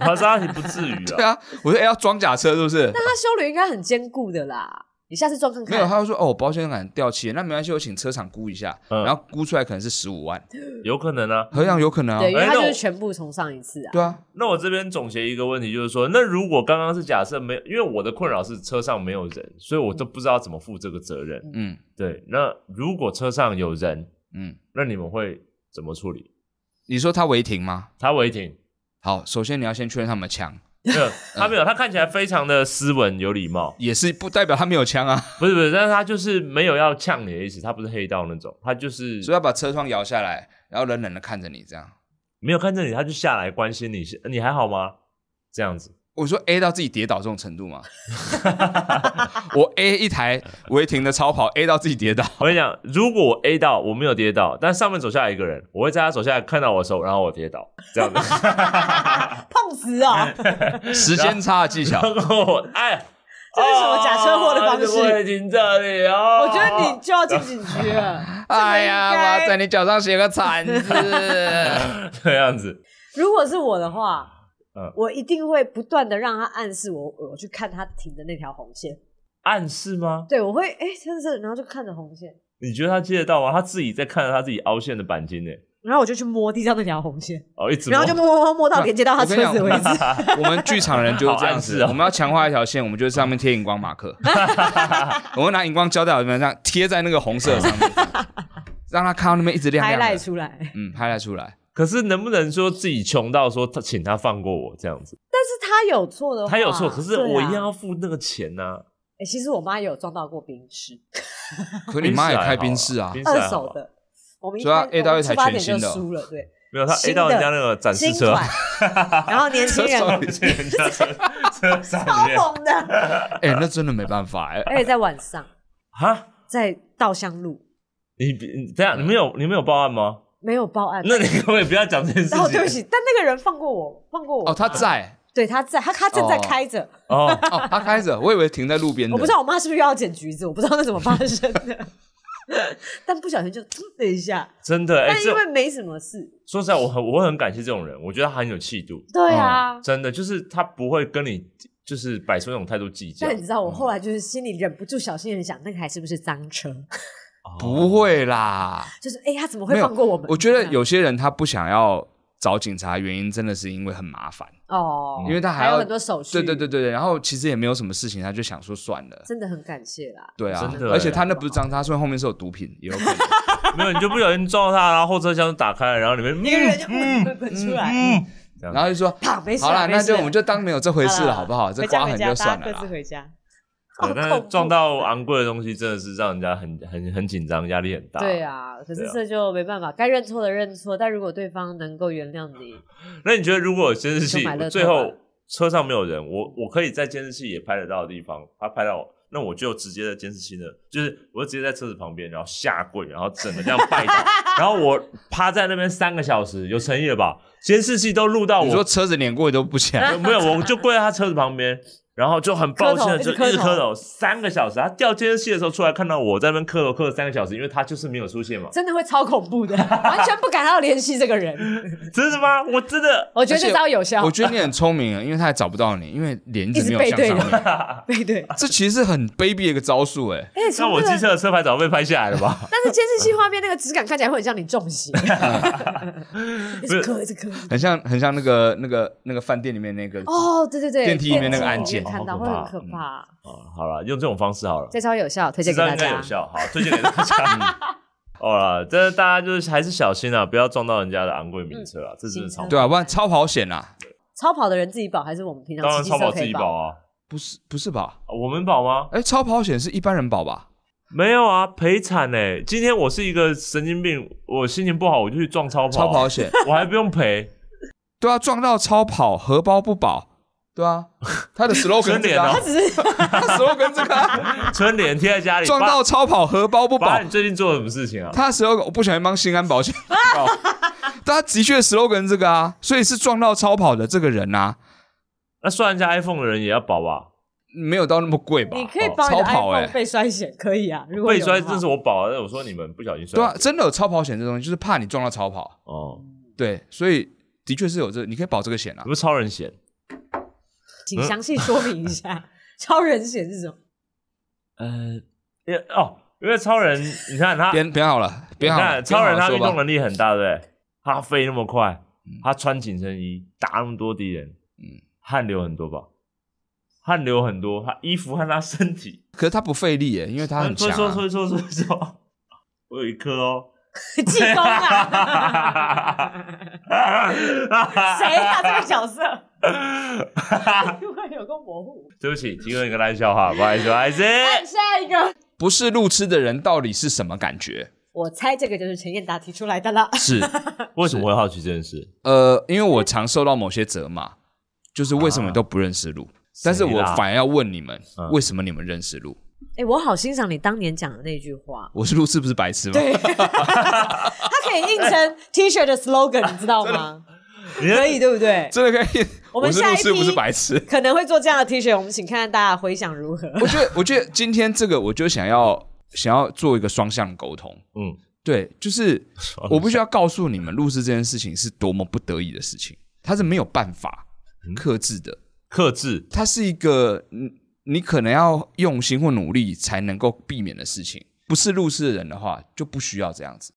[SPEAKER 3] 玛莎拉蒂不至于
[SPEAKER 1] [LAUGHS] 对
[SPEAKER 3] 啊，
[SPEAKER 1] 啊，我说哎要装甲车是不是？
[SPEAKER 2] 那它修旅应该很坚固的啦，你下次撞看
[SPEAKER 1] 没有，
[SPEAKER 2] 看。
[SPEAKER 1] 他就说哦保险杆掉漆了，那没关系，我请车厂估一下，
[SPEAKER 3] 嗯
[SPEAKER 1] 然后估出来可能是十五万，
[SPEAKER 3] 有可能啊。
[SPEAKER 1] 何尝有可能啊？
[SPEAKER 2] 对，因为
[SPEAKER 3] 哎
[SPEAKER 2] 它
[SPEAKER 3] 那
[SPEAKER 2] 就
[SPEAKER 3] 我
[SPEAKER 2] 是全部重上一次啊。
[SPEAKER 1] 对啊，
[SPEAKER 3] 那我这边总结一个问题，就是说，那如果刚刚是假设没有，因为我的困扰是车上没有人，所以我都不知道怎么负这个责任。
[SPEAKER 1] 嗯
[SPEAKER 3] 对，那如果车上有人，
[SPEAKER 1] 嗯，
[SPEAKER 3] 那你们会怎么处理？
[SPEAKER 1] 你说他违停吗？
[SPEAKER 3] 他违停，
[SPEAKER 1] 好，首先你要先确认他们枪，
[SPEAKER 3] 没有，他没有，他看起来非常的斯文有礼貌，
[SPEAKER 1] 也是不代表他没有枪啊， [LAUGHS]
[SPEAKER 3] 不是不是，但是他就是没有要呛你的意思，他不是黑道那种，他就是
[SPEAKER 1] 所以要把车窗摇下来，然后冷冷的看着你这样。
[SPEAKER 3] 没有看着你，他就下来关心你，你还好吗？这样子，
[SPEAKER 1] 我说 A 到自己跌倒这种程度吗？ [LAUGHS] 我 A 一台违停的超跑 A 到自己跌倒，
[SPEAKER 3] 我跟你讲，如果我 A 到我没有跌倒，但上面走下来一个人，我会在他走下来看到我的时候，然后我跌倒，这样子。
[SPEAKER 2] [LAUGHS] [LAUGHS] 碰瓷啊！
[SPEAKER 3] 哎
[SPEAKER 1] 时间差的
[SPEAKER 2] [LAUGHS]
[SPEAKER 1] 技巧，
[SPEAKER 3] 然后我哎，
[SPEAKER 2] 这是什么假车祸的方式
[SPEAKER 3] 哦我已经这里哦，
[SPEAKER 2] [LAUGHS] 我觉得你就要进警局
[SPEAKER 3] [LAUGHS]
[SPEAKER 2] 了。
[SPEAKER 1] 哎呀，我
[SPEAKER 2] 这个应该
[SPEAKER 1] 要在你脚上写个惨字。
[SPEAKER 3] 这样子，
[SPEAKER 2] 如果是我的话
[SPEAKER 3] 嗯，
[SPEAKER 2] 我一定会不断的让他暗示我，我去看他停的那条红线。
[SPEAKER 3] 暗示吗？
[SPEAKER 2] 对，我会哎，真的是，然后就看着红线。
[SPEAKER 3] 你觉得他接得到吗？他自己在看着他自己凹陷的钣金呢，
[SPEAKER 2] 然后我就去摸地上那条红线，
[SPEAKER 3] 哦，一直
[SPEAKER 2] 然后就摸摸摸摸到连接到他车子为
[SPEAKER 1] 我跟
[SPEAKER 2] 止。 [LAUGHS]
[SPEAKER 1] 我们 [LAUGHS] 剧场人就是这样
[SPEAKER 3] 好暗
[SPEAKER 1] 子，
[SPEAKER 3] 示哦
[SPEAKER 1] 我们要强化一条线，我们就上面贴荧光马克， [LAUGHS] 我会拿荧光胶带，我们这样贴在那个红色上面，让他看到那边一直亮亮
[SPEAKER 2] highlight
[SPEAKER 1] 的。
[SPEAKER 2] 出来，但
[SPEAKER 1] 嗯，拍来出
[SPEAKER 3] [LAUGHS]
[SPEAKER 1] 来，
[SPEAKER 3] 可是能不能说自己穷到说他请他放过我这样子？
[SPEAKER 2] 是他有错的话，
[SPEAKER 3] 他有错，可是
[SPEAKER 2] 对啊
[SPEAKER 3] 我一定要付那个钱呐、
[SPEAKER 2] 欸其实我妈也有撞到过冰室，
[SPEAKER 1] 可你妈也开宾士啊，
[SPEAKER 3] 宾士还
[SPEAKER 2] 二
[SPEAKER 3] 好
[SPEAKER 2] 手
[SPEAKER 3] 吧，
[SPEAKER 2] 的。我们一
[SPEAKER 1] 所以要
[SPEAKER 2] 开
[SPEAKER 1] A 到一
[SPEAKER 2] 我们
[SPEAKER 1] 台
[SPEAKER 2] 出发
[SPEAKER 1] 全
[SPEAKER 2] 点
[SPEAKER 1] 新
[SPEAKER 2] 就
[SPEAKER 1] 的哦
[SPEAKER 2] 输了，对，
[SPEAKER 3] 没有他 A 到人家那个展示
[SPEAKER 2] 新
[SPEAKER 3] 车，
[SPEAKER 2] 款。 [LAUGHS] 然后年轻人
[SPEAKER 3] [LAUGHS]
[SPEAKER 1] 车手
[SPEAKER 3] 去
[SPEAKER 2] [LAUGHS]
[SPEAKER 3] 人家车车上
[SPEAKER 2] 超
[SPEAKER 3] 面
[SPEAKER 2] 猛的，
[SPEAKER 1] 哎、那真的没办法哎、
[SPEAKER 2] 而且在晚上，
[SPEAKER 3] 哈，
[SPEAKER 2] 在稻香路
[SPEAKER 3] 你你这
[SPEAKER 2] 嗯
[SPEAKER 3] 样你们有你们有报案吗？
[SPEAKER 2] [LAUGHS] 没有报案。
[SPEAKER 3] 那你可不可以不要讲这件事
[SPEAKER 2] 然哦后对不
[SPEAKER 3] 情？
[SPEAKER 2] 起，但那个人放过我，放过我。
[SPEAKER 1] 哦，他在
[SPEAKER 2] 对他在，他他正在
[SPEAKER 1] 哦
[SPEAKER 2] 开着，
[SPEAKER 3] 哦，
[SPEAKER 1] 哦，他开着，我以为停在路边的。
[SPEAKER 2] 我不知道我妈是不是又要捡橘子，我不知道那怎么发生的， [LAUGHS] 但不小心就噌的一下。
[SPEAKER 3] 真
[SPEAKER 2] [LAUGHS]
[SPEAKER 3] 的，哎、
[SPEAKER 2] 但因
[SPEAKER 3] 这
[SPEAKER 2] 为没什么事，
[SPEAKER 3] 说实在，我很我会很感谢这种人，我觉得他很有气度，
[SPEAKER 2] 对
[SPEAKER 1] 哦
[SPEAKER 2] 啊。
[SPEAKER 3] 真的，就是他不会跟你就是摆出那种态度计较
[SPEAKER 2] 但，你知道，
[SPEAKER 1] 嗯
[SPEAKER 2] 我后来就是心里忍不住小心人想，那个还是不是脏车？ [LAUGHS]
[SPEAKER 3] 哦
[SPEAKER 1] 不，会啦。
[SPEAKER 2] 就是哎、他怎么
[SPEAKER 1] 没
[SPEAKER 2] 会
[SPEAKER 1] 有
[SPEAKER 2] 放过我们？
[SPEAKER 1] 我觉得有些人他不想要找警察，原因真的是因为很麻烦，
[SPEAKER 2] 哦，
[SPEAKER 1] 因为他
[SPEAKER 2] 还
[SPEAKER 1] 要
[SPEAKER 2] 有很多手续，
[SPEAKER 1] 对对对对对，然后其实也没有什么事情，他就想说算了。
[SPEAKER 2] 真的很感谢啦。
[SPEAKER 1] 对啊
[SPEAKER 3] 真的，
[SPEAKER 1] 而且他那不是脏，他说后面是有毒品，也有可能。
[SPEAKER 3] [LAUGHS] 没有你就不小心撞到他，然后后车厢打开了，然后里面
[SPEAKER 2] 一个人就
[SPEAKER 3] 嗯
[SPEAKER 2] 滚滚出来，
[SPEAKER 3] 嗯，这
[SPEAKER 1] 然
[SPEAKER 3] 样
[SPEAKER 1] 后就说
[SPEAKER 2] 啪，没事啊
[SPEAKER 1] 好啦，
[SPEAKER 2] 没
[SPEAKER 1] 那
[SPEAKER 2] 事
[SPEAKER 1] 就我们就当没有这回事了，
[SPEAKER 2] 好啦
[SPEAKER 1] 好不好？这
[SPEAKER 2] 回家
[SPEAKER 1] 刮
[SPEAKER 2] 回
[SPEAKER 1] 痕
[SPEAKER 2] 家，
[SPEAKER 1] 就
[SPEAKER 2] 大
[SPEAKER 1] 算
[SPEAKER 2] 家
[SPEAKER 1] 了
[SPEAKER 2] 各自
[SPEAKER 1] 啦。
[SPEAKER 2] 回家。
[SPEAKER 3] 对
[SPEAKER 2] 好
[SPEAKER 3] 但
[SPEAKER 2] 恐
[SPEAKER 3] 是
[SPEAKER 2] 怖
[SPEAKER 3] 撞到昂贵的东西真的是让人家很很很紧张，压力很大。
[SPEAKER 2] 对，啊，可是
[SPEAKER 3] 对啊
[SPEAKER 2] 这就没办法，该认错的认错，但如果对方能够原谅你，
[SPEAKER 3] 那你觉得如果有监
[SPEAKER 2] 就
[SPEAKER 3] 视器
[SPEAKER 2] 买乐透
[SPEAKER 3] 最后
[SPEAKER 2] 吧
[SPEAKER 3] 车上没有人，我我可以在监视器也拍得到的地方，他拍到我，那我就直接在监视器那，就是我就直接在车子旁边，然后下跪，然后整个这样拜倒，
[SPEAKER 2] [LAUGHS]
[SPEAKER 3] 然后我趴在那边三个小时，有诚意了吧？监视器都录到
[SPEAKER 1] 你说
[SPEAKER 3] 我，呃
[SPEAKER 1] 车子碾过去都不起
[SPEAKER 2] 哎
[SPEAKER 1] 来，
[SPEAKER 3] 没有，我就跪在他车子旁边。然后就很抱歉
[SPEAKER 2] 磕
[SPEAKER 3] 的，
[SPEAKER 2] 头
[SPEAKER 3] 就
[SPEAKER 2] 一直磕
[SPEAKER 3] 一直
[SPEAKER 2] 头
[SPEAKER 3] 磕头三个小时。他掉监视器的时候出来，看到我在那边磕头磕了三个小时，因为他就是没有出现嘛。
[SPEAKER 2] 真的会超恐
[SPEAKER 1] [LAUGHS]
[SPEAKER 2] 怖的，完全不敢要联系这个人。
[SPEAKER 3] 真的吗？我真的
[SPEAKER 2] 我觉得这招有效
[SPEAKER 1] 我，觉得你很聪明啊，因为他也找不到你，因为帘
[SPEAKER 2] 一
[SPEAKER 1] 子
[SPEAKER 2] 直
[SPEAKER 1] 没有
[SPEAKER 2] 背
[SPEAKER 1] 向
[SPEAKER 2] 对
[SPEAKER 1] 上
[SPEAKER 2] 着
[SPEAKER 1] 面。
[SPEAKER 2] [LAUGHS] 对对。
[SPEAKER 3] [LAUGHS]
[SPEAKER 1] 这其实是很卑鄙的一个招数，哎，
[SPEAKER 2] 而且
[SPEAKER 3] 那
[SPEAKER 2] 从
[SPEAKER 3] 我
[SPEAKER 2] 那
[SPEAKER 3] 机
[SPEAKER 2] 个，
[SPEAKER 3] 车的车牌早被拍下来了吧？ [LAUGHS]
[SPEAKER 2] 但是监视器画面那个质感看起来会很像你中
[SPEAKER 1] [LAUGHS]
[SPEAKER 2] 邪， [LAUGHS] 一直磕一直磕。
[SPEAKER 1] 很像很像那个那个那个饭店里面那个
[SPEAKER 2] 哦，对对对，
[SPEAKER 1] 电梯里面那个按
[SPEAKER 2] 按
[SPEAKER 1] 键
[SPEAKER 2] 键看到
[SPEAKER 3] 好
[SPEAKER 2] 会
[SPEAKER 3] 可怕
[SPEAKER 2] 很可怕。
[SPEAKER 3] 哦，好了，用这种方式好了，
[SPEAKER 2] 这招有效，推
[SPEAKER 3] 这
[SPEAKER 2] 荐给大
[SPEAKER 3] 招应该
[SPEAKER 2] 家
[SPEAKER 3] 有。效，好，推荐给大
[SPEAKER 2] [LAUGHS]
[SPEAKER 3] 家。好了，这大家就是还是小心啊，不要撞到人家的昂贵名车啊，这真的超
[SPEAKER 2] 嗯行。
[SPEAKER 1] 对啊，不然超跑险啊啦，
[SPEAKER 2] 超跑的人自己保还是我们平常
[SPEAKER 3] 当然
[SPEAKER 2] 骑机
[SPEAKER 3] 超
[SPEAKER 2] 车
[SPEAKER 3] 跑
[SPEAKER 2] 可
[SPEAKER 3] 自
[SPEAKER 2] 以
[SPEAKER 3] 己保啊，
[SPEAKER 1] 不是不是吧？
[SPEAKER 3] 我们保吗？
[SPEAKER 1] 哎，超跑险是一般人保吧？
[SPEAKER 3] 没有啊，赔惨哎！今天我是一个神经病，我心情不好，我就去撞超跑，啊
[SPEAKER 1] 超跑险，
[SPEAKER 3] 我还不用赔，
[SPEAKER 1] 对啊，撞到超跑荷包不保，对啊，他的 slogan
[SPEAKER 3] 春
[SPEAKER 1] 这
[SPEAKER 3] 联
[SPEAKER 1] 个啊
[SPEAKER 3] 哦
[SPEAKER 2] 他，只是
[SPEAKER 1] 他 slogan 这个啊
[SPEAKER 3] 春联贴在家里。
[SPEAKER 1] 撞到超跑荷包不
[SPEAKER 3] 爸，爸
[SPEAKER 1] 保
[SPEAKER 3] 你，最近做了什么事情啊？
[SPEAKER 1] 他的 slogan 我不小心帮新安保险报， [LAUGHS] 但他的确 slogan 这个啊，所以是撞到超跑的这个人啊，
[SPEAKER 3] 那算人家 iPhone 的人也要保吧？
[SPEAKER 1] 没有到那么贵吧？
[SPEAKER 2] 你可以
[SPEAKER 3] 哦
[SPEAKER 2] 帮你的
[SPEAKER 1] 超跑哎
[SPEAKER 2] iPhone 被摔险，可以啊。如果
[SPEAKER 3] 欸被
[SPEAKER 2] 有的
[SPEAKER 3] 摔
[SPEAKER 2] 话
[SPEAKER 3] 这是我保啊，但我说你们不小心摔
[SPEAKER 1] 对啊，
[SPEAKER 3] 到。
[SPEAKER 1] 真的有超跑险这东西，就是怕你撞到超跑，
[SPEAKER 3] 哦，
[SPEAKER 1] 对，所以的确是有这，你可以保这个险啊
[SPEAKER 3] 你。不是超人险？嗯
[SPEAKER 2] 请详细说明一
[SPEAKER 3] [LAUGHS]
[SPEAKER 2] 下，超人险是什么？
[SPEAKER 3] 呃，因为哦，因为超人，你
[SPEAKER 1] [LAUGHS]
[SPEAKER 3] 看他，
[SPEAKER 1] 编编好了，
[SPEAKER 3] 你
[SPEAKER 1] 编好了
[SPEAKER 3] 看，超人
[SPEAKER 1] 编
[SPEAKER 3] 他
[SPEAKER 1] 好了
[SPEAKER 3] 运
[SPEAKER 1] 说吧嗯
[SPEAKER 3] 动能力很大，对不对？他飞那么快，他穿紧身衣，打那么多敌人，嗯，汗流很多吧？汗流很多，他衣服和他身体，哎
[SPEAKER 1] 可是他不费力耶，因为他很强、
[SPEAKER 3] 搓搓
[SPEAKER 1] 啊。
[SPEAKER 3] 搓搓搓搓， [LAUGHS] 我有一颗哦，
[SPEAKER 2] 济公
[SPEAKER 3] [LAUGHS]
[SPEAKER 2] 啊！谁啊？这个角
[SPEAKER 3] [LAUGHS]
[SPEAKER 2] 色？因为有个模糊。
[SPEAKER 3] 对不起，提供一个烂笑话，不好意思，不好意思。
[SPEAKER 1] 哎
[SPEAKER 2] 看下一个，
[SPEAKER 1] 不是路痴的人到底是什么感觉？
[SPEAKER 2] 我猜这个就是陈彦达提出来的了。
[SPEAKER 1] 是
[SPEAKER 3] 为什么会好奇这件事？
[SPEAKER 1] 呃，因为我常受到某些责骂，就是为什么你都不认识路？但是我反而要问你们，
[SPEAKER 3] 嗯
[SPEAKER 1] 为什么你们认识路？
[SPEAKER 2] 哎，我好欣赏你当年讲的那句话，
[SPEAKER 1] 我是路痴，不是白痴吗？ [LAUGHS]
[SPEAKER 2] 它可以印成 T 恤的 slogan，你知道吗？可以，对不对？
[SPEAKER 1] 真的可以。
[SPEAKER 2] [LAUGHS] 我们
[SPEAKER 1] 是
[SPEAKER 2] 下
[SPEAKER 1] 路
[SPEAKER 2] 一
[SPEAKER 1] 痴，
[SPEAKER 2] 批
[SPEAKER 1] 不是白痴。
[SPEAKER 2] 可能会做这样的 T 恤，我们请看看大家回想如何。
[SPEAKER 1] [LAUGHS] 我觉得，我觉得今天这个，我就想要想要做一个双向沟通。
[SPEAKER 3] 嗯，
[SPEAKER 1] 对，就是我必须要告诉你们，路痴这件事情是多么不得已的事情，它是没有办法克制的。
[SPEAKER 3] 克制，
[SPEAKER 1] 它是一个你你可能要用心或努力才能够避免的事情。不是入世的人的话，就不需要这样子。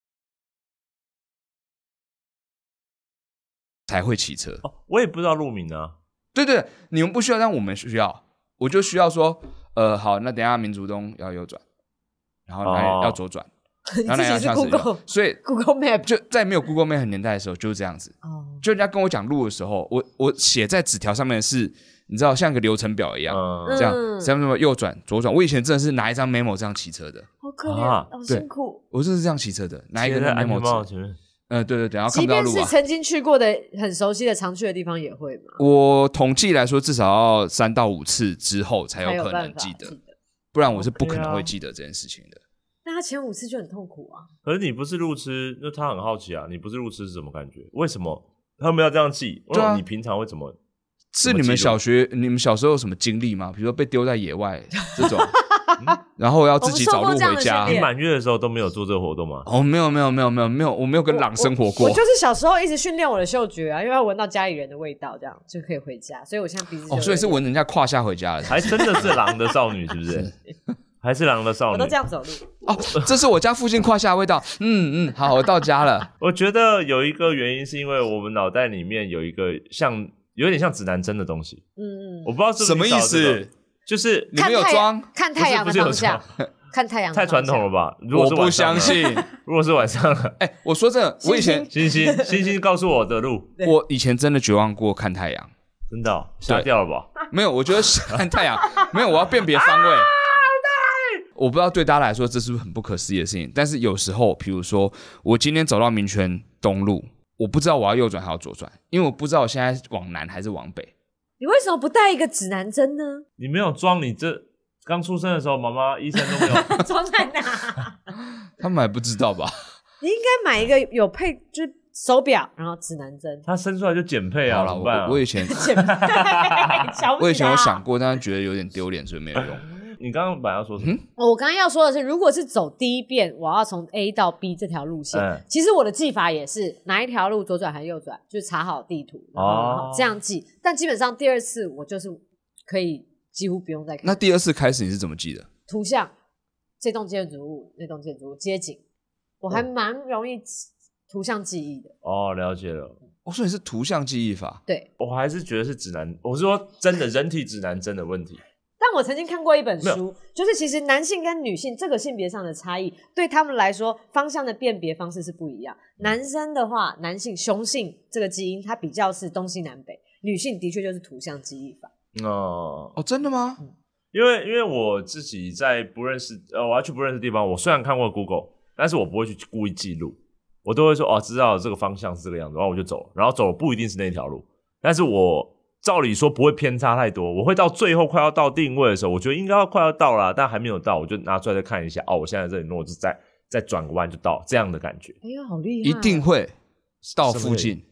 [SPEAKER 1] 才会骑车。
[SPEAKER 3] 哦我也不知道路名啊。
[SPEAKER 1] 对对，你们不需要，但我们需要。我就需要说，呃，好，那等一下民族东要右转，然后哪里
[SPEAKER 3] 哦
[SPEAKER 1] 要左转，
[SPEAKER 2] [LAUGHS] 你
[SPEAKER 1] 然后
[SPEAKER 2] 自
[SPEAKER 1] 哪里要
[SPEAKER 2] 己是
[SPEAKER 1] 向死
[SPEAKER 2] Google
[SPEAKER 1] 右。所以哎
[SPEAKER 2] Google Map
[SPEAKER 1] 就在没有 Google Map 很年代的时候就是这样子。
[SPEAKER 2] 哦，
[SPEAKER 1] 就人家跟我讲路的时候，我我写在纸条上面的是，你知道像一个流程表一样，
[SPEAKER 3] 嗯
[SPEAKER 2] 嗯
[SPEAKER 1] 这样什么什么右转左转。我以前真的是拿一张 memo 这样骑车的，
[SPEAKER 2] 好可
[SPEAKER 3] 啊
[SPEAKER 2] 怜，好
[SPEAKER 1] 对
[SPEAKER 2] 辛苦。
[SPEAKER 1] 我真的是这样骑车的，拿一
[SPEAKER 3] 贴
[SPEAKER 1] 个
[SPEAKER 3] 在安全
[SPEAKER 1] memo
[SPEAKER 3] 帽
[SPEAKER 1] 纸，
[SPEAKER 3] 前面。
[SPEAKER 1] 呃，对对对，然后看
[SPEAKER 2] 即
[SPEAKER 1] 不到
[SPEAKER 2] 便
[SPEAKER 1] 路
[SPEAKER 2] 是
[SPEAKER 1] 啊。
[SPEAKER 2] 曾经去过的、很熟悉的、常去的地方，也会嘛？
[SPEAKER 1] 我统计来说，至少要三到五次之后才
[SPEAKER 2] 才
[SPEAKER 1] 有可
[SPEAKER 2] 办
[SPEAKER 1] 能
[SPEAKER 2] 法
[SPEAKER 1] 记
[SPEAKER 2] 得
[SPEAKER 1] 得，。不然我是不可
[SPEAKER 3] OK
[SPEAKER 1] 能
[SPEAKER 3] 啊
[SPEAKER 1] 会记得这件事情的。
[SPEAKER 2] 那他前五次就很痛苦啊！
[SPEAKER 3] 可是你不是路痴，那他很好奇啊，你不是路痴是什么感觉？为什么他们要这样记？
[SPEAKER 1] 对啊
[SPEAKER 3] 哦你平常会怎么？
[SPEAKER 1] 是
[SPEAKER 3] 怎么
[SPEAKER 1] 你们
[SPEAKER 3] 记录
[SPEAKER 1] 小学、你们小时候有什么经历吗？比如说被丢在野外这
[SPEAKER 2] [LAUGHS]
[SPEAKER 1] 种，嗯然后要自己找
[SPEAKER 2] 我们受过
[SPEAKER 1] 路
[SPEAKER 2] 这样的
[SPEAKER 1] 回家
[SPEAKER 2] 训
[SPEAKER 3] 你
[SPEAKER 2] 练。
[SPEAKER 3] 满月的时候都没有做这个活动吗？
[SPEAKER 1] 哦，没有没有没有没有没有，我没有跟
[SPEAKER 2] 我
[SPEAKER 1] 狼生活
[SPEAKER 2] 我
[SPEAKER 1] 过。
[SPEAKER 2] 就是小时候一直训练我的嗅觉啊，因为要闻到家里人的味道，这样就可以回家。所以我现在鼻子就
[SPEAKER 1] 哦，所以是
[SPEAKER 2] 有点
[SPEAKER 1] 闻人家胯下回家了。
[SPEAKER 3] 还真的是狼的
[SPEAKER 1] [LAUGHS]
[SPEAKER 3] 少女，是不是？还是狼的少
[SPEAKER 2] 我
[SPEAKER 3] 女
[SPEAKER 2] 都这？样走路。
[SPEAKER 1] 哦，这是我家附近胯下的味道。嗯嗯，好，我到家了。
[SPEAKER 3] 我觉得有一个原因是因为我们脑袋里面有一个像有点像指南针的东西，
[SPEAKER 2] 嗯
[SPEAKER 3] 我不知道是不是
[SPEAKER 1] 什么意
[SPEAKER 3] 你找这
[SPEAKER 1] 思
[SPEAKER 3] 个？？就是
[SPEAKER 1] 你们有装？
[SPEAKER 2] 看太阳
[SPEAKER 3] 不
[SPEAKER 2] 的
[SPEAKER 3] 是不
[SPEAKER 2] 方
[SPEAKER 3] 是有
[SPEAKER 2] 向
[SPEAKER 3] 装，，
[SPEAKER 2] 看太阳的
[SPEAKER 3] 太
[SPEAKER 2] 方向
[SPEAKER 3] 传统了。吧？如果
[SPEAKER 1] 我
[SPEAKER 3] 是晚
[SPEAKER 1] 不相
[SPEAKER 3] 上呢，
[SPEAKER 1] 信。
[SPEAKER 3] 如果是晚上
[SPEAKER 1] [LAUGHS]
[SPEAKER 3] 了，[LAUGHS]
[SPEAKER 1] 哎，我说真的，我以前
[SPEAKER 2] 星
[SPEAKER 3] 星星星星告诉我的路，
[SPEAKER 2] 对
[SPEAKER 1] 我以前真的绝望过看太阳。
[SPEAKER 3] 真的哦吓掉了吧？
[SPEAKER 1] 没有，我觉得是看太 [LAUGHS] 阳没有，我要辨别方位。我不知道对啊大家来说这是不是很不可思议的事情，但是有时候，比如说我今天走到民权东路，我不知道我要右转还是左转，因为我不知道我现在往南还是往北。
[SPEAKER 2] 你为什么不带一个指南针呢？
[SPEAKER 3] 你没有装，你这刚出生的时候，妈妈医生都没有。。
[SPEAKER 2] [LAUGHS] 装在哪？
[SPEAKER 1] 他们还不知道吧？
[SPEAKER 2] 你应该买一个有配，就是手表，然后指南针 [LAUGHS]
[SPEAKER 3] 他生出来就减配
[SPEAKER 1] 好
[SPEAKER 3] 啊，怎
[SPEAKER 1] 了，
[SPEAKER 3] 么办啊
[SPEAKER 1] 我我以 [LAUGHS] 前
[SPEAKER 2] 瞧不起他
[SPEAKER 1] 我以前有想，过，但是啊觉得有点丢脸，所以没有用。
[SPEAKER 3] 你刚刚本来要
[SPEAKER 1] 嗯
[SPEAKER 3] 说什么？
[SPEAKER 2] 哦我刚刚要说的是，如果是走第一遍，我要从 A 到 B 这条路线，
[SPEAKER 3] 嗯
[SPEAKER 2] 其实我的记法也是哪一条路左转还是右转，就查好地图，然后,、
[SPEAKER 3] 哦
[SPEAKER 2] 这样记。但基本上第二次我就是可以几乎不用再看
[SPEAKER 1] 那第二次开始你是怎么记的？
[SPEAKER 2] 图像，这栋建筑物、那栋建筑物、街景，我还蛮容易图像记忆的。
[SPEAKER 3] 哦，了解了。
[SPEAKER 1] 我说你是图像记忆法，
[SPEAKER 2] 对，
[SPEAKER 3] 我还是觉得是指南，我是说真的，人体指南针的问题。
[SPEAKER 2] 但我曾经看过一本
[SPEAKER 3] 没
[SPEAKER 2] 书，就是其实男性跟女性这个性别上的差异，对他们来说方向的辨别方式是不一样。男生的话，男性雄性这个基因它比较是东西南北，女性的确就是图像记忆法。
[SPEAKER 3] 哦、
[SPEAKER 1] 哦，真的吗？
[SPEAKER 3] 因为因为我自己在不认识呃，我要去不认识的地方，我虽然看过 Google，但是我不会去故意记录，我都会说哦，知道这个方向是这个样子，然后我就走了，然后走不一定是那条路，但是我照理说不会偏差太多，我会到最后快要到定位的时候，我觉得应该要快要到了，但还没有到，我就拿出来再看一下，哦，我现在在这里，那我就再再转个弯就到，这样的感觉
[SPEAKER 2] 哎呀，好厉害！
[SPEAKER 1] 一定会到
[SPEAKER 3] 什么
[SPEAKER 1] 附近。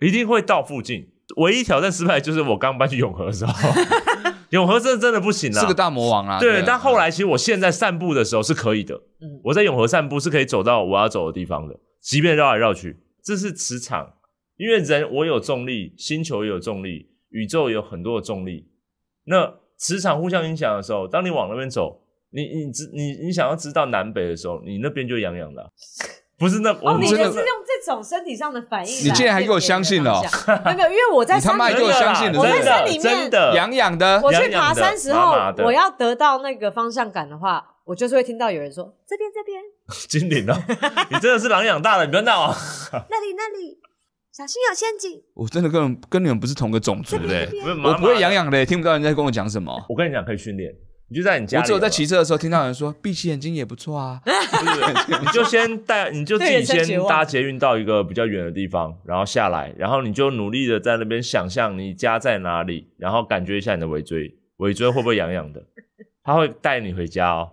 [SPEAKER 3] 一定会到附近。唯一挑战失败就是我刚搬去永和的时候， [LAUGHS] 永和真的真的不行了，
[SPEAKER 1] 是个大魔王啦，
[SPEAKER 3] 对
[SPEAKER 1] 啊，
[SPEAKER 3] 但后来其实我现在散步的时候是可以的，
[SPEAKER 2] 嗯
[SPEAKER 3] 我在永和散步是可以走到我要走的地方的，即便绕来绕去，这是磁场，因为人我有重力，星球也有重力，宇宙也有很多的重力，那磁场互相影响的时候，当你往那边走，你你知你你想要知道南北的时候，你那边就痒痒的啊、不是那我
[SPEAKER 2] 哦，
[SPEAKER 3] 们
[SPEAKER 2] 你
[SPEAKER 1] 真
[SPEAKER 2] 就
[SPEAKER 1] 的
[SPEAKER 2] 是用这种身体上的反应来辨别
[SPEAKER 1] 你
[SPEAKER 2] 的方向，
[SPEAKER 1] 竟然还给我相信了哦 [LAUGHS]
[SPEAKER 2] 没有没有，因为我在
[SPEAKER 1] 你他
[SPEAKER 2] 山
[SPEAKER 1] 妈
[SPEAKER 2] 里
[SPEAKER 1] 也给我
[SPEAKER 3] 真的
[SPEAKER 2] 面，
[SPEAKER 1] 相
[SPEAKER 3] 啦
[SPEAKER 1] 信了
[SPEAKER 3] 真
[SPEAKER 2] 我在山
[SPEAKER 3] 的
[SPEAKER 2] 里面
[SPEAKER 3] 真的
[SPEAKER 1] 痒痒的，
[SPEAKER 2] 我去
[SPEAKER 3] 啊痒痒
[SPEAKER 2] 爬
[SPEAKER 3] 的
[SPEAKER 2] 山时
[SPEAKER 3] 麻
[SPEAKER 2] 候
[SPEAKER 3] 麻，的
[SPEAKER 2] 我要得到那个方向感的话，我就是会听到有人说这边这边
[SPEAKER 3] 精灵啊，你真的是狼养大了，你不要闹啊！
[SPEAKER 2] 那里那里，小心有陷阱。
[SPEAKER 1] 我真的跟人跟你们不是同个种族的欸、
[SPEAKER 3] 不是麻麻
[SPEAKER 1] 我
[SPEAKER 3] 的
[SPEAKER 1] 不会痒，痒的欸、听不到人在跟我讲什么。
[SPEAKER 3] 我跟你讲可以训练，你就在你家
[SPEAKER 1] 我
[SPEAKER 3] 里，啊
[SPEAKER 1] 只有在骑车的时候听到有人说闭起眼睛也不错啊。
[SPEAKER 3] 你就先带，你就自己先搭捷运到一个比较远的地方，然后下来，然后你就努力的在那边想象你家在哪里，然后感觉一下你的尾椎，尾椎会不会痒痒的？他会带你回家哦。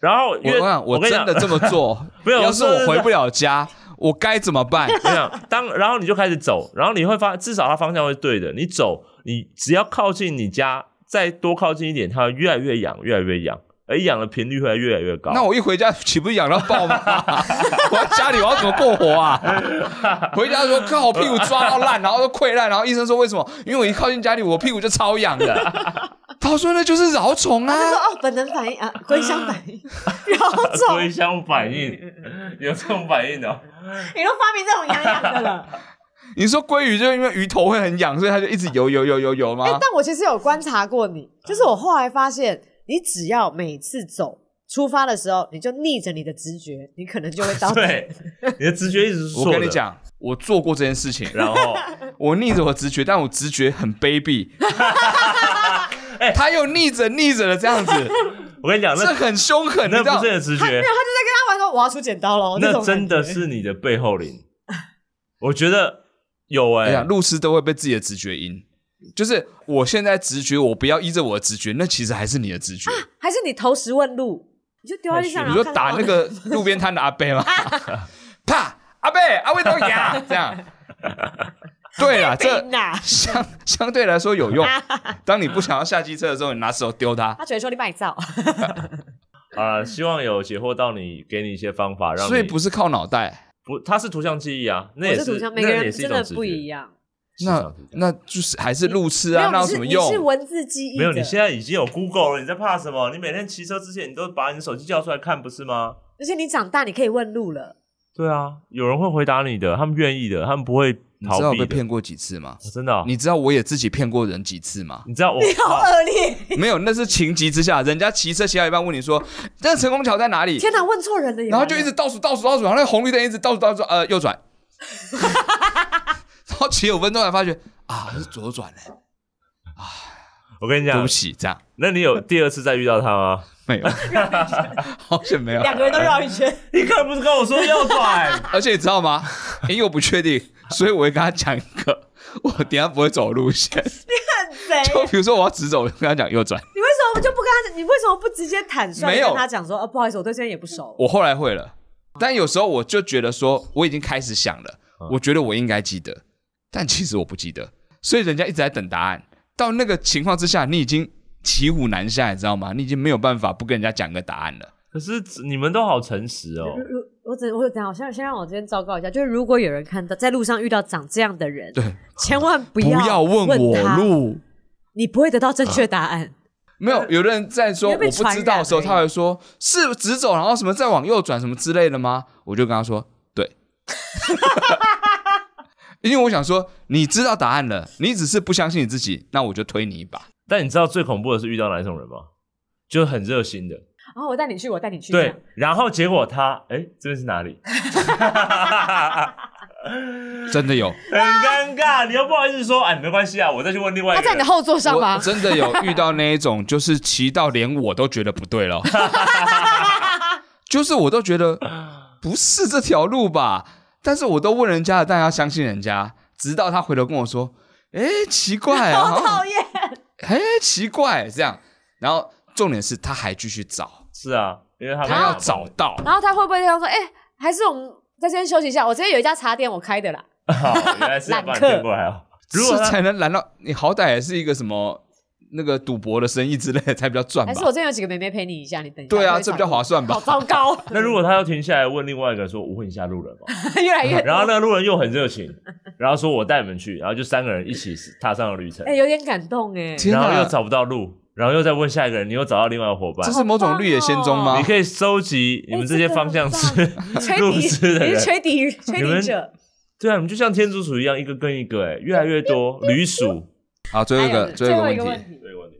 [SPEAKER 3] 然后因
[SPEAKER 1] 我
[SPEAKER 3] 为
[SPEAKER 1] 我想我
[SPEAKER 3] 跟你
[SPEAKER 1] 真
[SPEAKER 3] 讲，
[SPEAKER 1] 的这么做
[SPEAKER 3] [LAUGHS] ，没有
[SPEAKER 1] 要是
[SPEAKER 3] 我说
[SPEAKER 1] 我回
[SPEAKER 3] 真的
[SPEAKER 1] 不了家，我该怎么办？
[SPEAKER 3] 我想当，然后你就开始走，然后你会发，至少它方向会对的。你走，你只要靠近你家，再多靠近一点，它会越来越痒，越来越痒，而痒的频率会越来越高。
[SPEAKER 1] 那我一回家岂不是痒到爆吗？我在家里我要怎么过活啊？回家说靠，我屁股抓到烂，然后都溃烂，然后医生说为什么？因为我一靠近家里，我屁股就超痒的。他说那就是蛲虫啊
[SPEAKER 2] 他。说哦，本能反应啊，龟相反
[SPEAKER 3] [LAUGHS]
[SPEAKER 2] 应，然后走，嗯 [LAUGHS]
[SPEAKER 3] 归乡反应，有这种反应的、哦。 [LAUGHS] 啊
[SPEAKER 2] 你都发明这种痒痒的了，
[SPEAKER 1] 你说鲑鱼就是因为鱼头会很痒，所以它就一直游游游游游吗？
[SPEAKER 2] 哎、但我其实有观察过你，就是我后来发现，你只要每次走出发的时候，你就逆着你的直觉，你可能就会到底。
[SPEAKER 3] [LAUGHS] 对，你的直觉一直是错
[SPEAKER 1] 我
[SPEAKER 3] 的。
[SPEAKER 1] 跟你，讲，我做过这件事情，
[SPEAKER 3] 然后
[SPEAKER 1] 我逆着我直觉，但我直觉很卑鄙。他又逆着逆着的这样子，
[SPEAKER 3] 我跟你
[SPEAKER 1] [LAUGHS]
[SPEAKER 3] 讲，
[SPEAKER 1] 这
[SPEAKER 3] 那
[SPEAKER 1] 很凶狠，你
[SPEAKER 3] 那
[SPEAKER 1] 知道
[SPEAKER 3] 不是？你的直
[SPEAKER 2] 他没有，
[SPEAKER 3] 觉
[SPEAKER 2] 他就在，跟他玩说我要出剪刀喽。这
[SPEAKER 3] 那
[SPEAKER 2] 种感
[SPEAKER 3] 真的
[SPEAKER 2] 觉
[SPEAKER 3] 是你的背后灵。我觉得有
[SPEAKER 1] 哎
[SPEAKER 3] 哎、
[SPEAKER 1] 呀，路痴都会被自己的直觉赢。就是我现在直觉，我不要依着我的直觉，那其实还是你的直觉。
[SPEAKER 2] 还是你投石问路，你就丢在地上，
[SPEAKER 1] 你
[SPEAKER 2] 然后
[SPEAKER 1] 说
[SPEAKER 2] 啊看啊
[SPEAKER 1] 打
[SPEAKER 2] 到
[SPEAKER 1] 那个路边摊的阿伯吗？ [LAUGHS] 啪，阿伯，阿伟都
[SPEAKER 2] [LAUGHS]
[SPEAKER 1] 牙这样。对啦，这
[SPEAKER 2] 冰啊，
[SPEAKER 1] 相相对来说有
[SPEAKER 2] [LAUGHS]
[SPEAKER 1] 用。当你不想要下机车的时候，你拿石头丢他。
[SPEAKER 2] 他觉得说你卖造，
[SPEAKER 3] 啊、希望有解惑到你，给你一些方法，让你
[SPEAKER 1] 所以不是靠脑袋，
[SPEAKER 3] 不，它是图像记忆啊，那
[SPEAKER 2] 我
[SPEAKER 3] 也
[SPEAKER 2] 哦是
[SPEAKER 3] 是
[SPEAKER 2] 土象，每个
[SPEAKER 3] 那也
[SPEAKER 2] 人
[SPEAKER 3] 是一
[SPEAKER 2] 真
[SPEAKER 3] 种
[SPEAKER 2] 的
[SPEAKER 3] 直觉。
[SPEAKER 2] 不一样。
[SPEAKER 1] 那那就是还是路痴
[SPEAKER 2] 没
[SPEAKER 1] 啊
[SPEAKER 2] 有，，
[SPEAKER 1] 那有
[SPEAKER 2] 你
[SPEAKER 1] 什
[SPEAKER 2] 是
[SPEAKER 1] 么
[SPEAKER 2] 你
[SPEAKER 1] 用
[SPEAKER 2] 是？文字记忆
[SPEAKER 3] 没
[SPEAKER 2] 的，
[SPEAKER 3] 有，你现在已经有 Google 了，你在怕什么？你每天骑车之前，你都把你手机叫出来看，不是吗？
[SPEAKER 2] 而且你长大你可以问路了。
[SPEAKER 3] 对啊，有人会回答你的，他们愿意的，他们不会
[SPEAKER 1] 你知道
[SPEAKER 3] 逃
[SPEAKER 1] 我
[SPEAKER 3] 避
[SPEAKER 1] 被
[SPEAKER 3] 的。
[SPEAKER 1] 骗过几次吗？
[SPEAKER 3] 哦真的哦、
[SPEAKER 1] 你知道我也自己骗过人几次吗？
[SPEAKER 3] 你知道 [LAUGHS] 我
[SPEAKER 2] 你好恶劣！
[SPEAKER 1] [LAUGHS] 没有，那是情急之下，人家骑车骑到一半问你说：“那成功桥在哪里
[SPEAKER 2] 天哪，问错人了也？”
[SPEAKER 1] 然
[SPEAKER 2] 完了，
[SPEAKER 1] 后就一直倒数倒数倒数，然后那个红绿灯一直倒数倒数，呃，右转。 [LAUGHS] 然后骑五分钟才发觉啊，是左转
[SPEAKER 2] [LAUGHS]
[SPEAKER 1] 嘞、
[SPEAKER 3] 我跟你
[SPEAKER 1] 对
[SPEAKER 3] 讲
[SPEAKER 1] 不，起，这样
[SPEAKER 3] 那你有第二次再遇到他吗？
[SPEAKER 1] 没
[SPEAKER 2] [LAUGHS]
[SPEAKER 1] 有，好险没有。
[SPEAKER 2] 两个人都绕一圈，
[SPEAKER 3] 你可不是跟我说要转？
[SPEAKER 1] 而且你知道吗？因为我不确定，所以我会跟他讲一个，我等一下不会走路线。
[SPEAKER 2] [LAUGHS] 谁？
[SPEAKER 1] 就比如说我要直走，我跟他讲右转。
[SPEAKER 2] 你为什么就不跟他？你为什么不直接坦率
[SPEAKER 1] 没
[SPEAKER 2] 地
[SPEAKER 1] 有
[SPEAKER 2] 跟他讲说？呃，不好意思，我对这边也不熟。
[SPEAKER 1] 我后来会了，
[SPEAKER 2] 哦
[SPEAKER 1] 但有时候我就觉得说，我已经开始想了，
[SPEAKER 2] 嗯
[SPEAKER 1] 我觉得我应该记得，但其实我不记得，所以人家一直在等答案。到那个情况之下，你已经骑虎难下，你知道吗？你已经没有办法不跟人家讲个答案了。
[SPEAKER 3] [LAUGHS] 可是你们都好诚实哦。
[SPEAKER 2] 如我只我等一下，我先先让我这边昭告一下，就是如果有人看到在路上遇到长这样的人，
[SPEAKER 1] 对，
[SPEAKER 2] 千万不
[SPEAKER 1] 不要
[SPEAKER 2] 问
[SPEAKER 1] 我
[SPEAKER 2] 他，
[SPEAKER 1] 路，
[SPEAKER 2] 你不会得到正确答案。
[SPEAKER 1] 没有有的人在说
[SPEAKER 2] 你
[SPEAKER 1] 我
[SPEAKER 2] 会被
[SPEAKER 1] 不
[SPEAKER 2] 传
[SPEAKER 1] 知道的时候，
[SPEAKER 2] 染欸
[SPEAKER 1] 他会说是直走，然后什么再往右转什么之类的吗？我就跟他说对，
[SPEAKER 2] [LAUGHS]
[SPEAKER 1] 因为我想说你知道答案了，你只是不相信你自己，那我就推你一把。
[SPEAKER 3] 但你知道最恐怖的是遇到哪一种人吗？就很热心的，
[SPEAKER 2] 然后我带你去，我带你去。这
[SPEAKER 3] 对
[SPEAKER 2] 样，
[SPEAKER 3] 然后结果他，哎，这边是哪 [LAUGHS] 里？
[SPEAKER 1] 真的有，
[SPEAKER 3] 很尴尬，你又不好意思说，哎，没关系啊，我再去问另外一
[SPEAKER 2] 他
[SPEAKER 3] 个
[SPEAKER 2] 在你的
[SPEAKER 3] 人。
[SPEAKER 2] 后座上
[SPEAKER 1] 我
[SPEAKER 2] 吗？
[SPEAKER 1] 真的有遇到那一种，就是骑到连我都觉得不对
[SPEAKER 2] [LAUGHS]
[SPEAKER 1] 了，就是我都觉得不是这条路吧，但是我都问人家了，但要相信人家，直到他回头跟我说：“哎、奇怪，
[SPEAKER 2] 好
[SPEAKER 1] 好像
[SPEAKER 2] 讨厌！
[SPEAKER 1] 哎、奇怪，这样。”然后重点是他还继续找，
[SPEAKER 3] 是啊，因为他
[SPEAKER 1] 他要找到，
[SPEAKER 2] 然后他会不会这样说？哎、还是我们在这边休息一下。我这边有一家茶店，我开的啦。
[SPEAKER 3] 好， [LAUGHS] 原来是要把你骗过来哦。如果
[SPEAKER 1] 是
[SPEAKER 3] 他
[SPEAKER 1] 才能拦到你，好歹也是一个什么那个赌博的生意之类的才比较赚
[SPEAKER 2] 还
[SPEAKER 1] 吧
[SPEAKER 2] 是。我这边有几个妹妹陪你一下，你等一下。
[SPEAKER 1] 对啊，
[SPEAKER 2] 我就
[SPEAKER 1] 这
[SPEAKER 2] 会
[SPEAKER 1] 比
[SPEAKER 2] 找
[SPEAKER 1] 较
[SPEAKER 2] 你
[SPEAKER 1] 划算吧
[SPEAKER 2] 好？糟糕， [LAUGHS]
[SPEAKER 3] 那如果他要停下来问另外一个人说，我问一下路人嘛，
[SPEAKER 2] 越来越……
[SPEAKER 3] 然后那个路人又很热情，然后说我带你们去，然后就三个人一起踏上了旅程
[SPEAKER 2] 哎、，有点感
[SPEAKER 1] [LAUGHS]
[SPEAKER 2] 动哎、
[SPEAKER 1] 天
[SPEAKER 3] 然后又
[SPEAKER 1] 哪，
[SPEAKER 3] 找不到路，然后又再问下一个人，你又找到另外一个伙
[SPEAKER 2] 啊
[SPEAKER 3] 伴
[SPEAKER 1] 这。是某种绿野仙踪吗？
[SPEAKER 3] 你可以收集你们这些方向
[SPEAKER 2] 哎
[SPEAKER 3] 是
[SPEAKER 2] 吹
[SPEAKER 3] 路
[SPEAKER 2] 笛，你
[SPEAKER 3] 痴的人
[SPEAKER 2] 是，吹笛，吹
[SPEAKER 3] 你们
[SPEAKER 2] 笛者。
[SPEAKER 3] [LAUGHS] 对啊，你们就像天竺鼠一样，一个跟一个，哎，越来越多旅鼠。
[SPEAKER 1] 好，啊最后一
[SPEAKER 2] 还
[SPEAKER 1] 个，
[SPEAKER 2] 有
[SPEAKER 1] 最后一个问题，
[SPEAKER 2] 题，
[SPEAKER 3] 对，问题。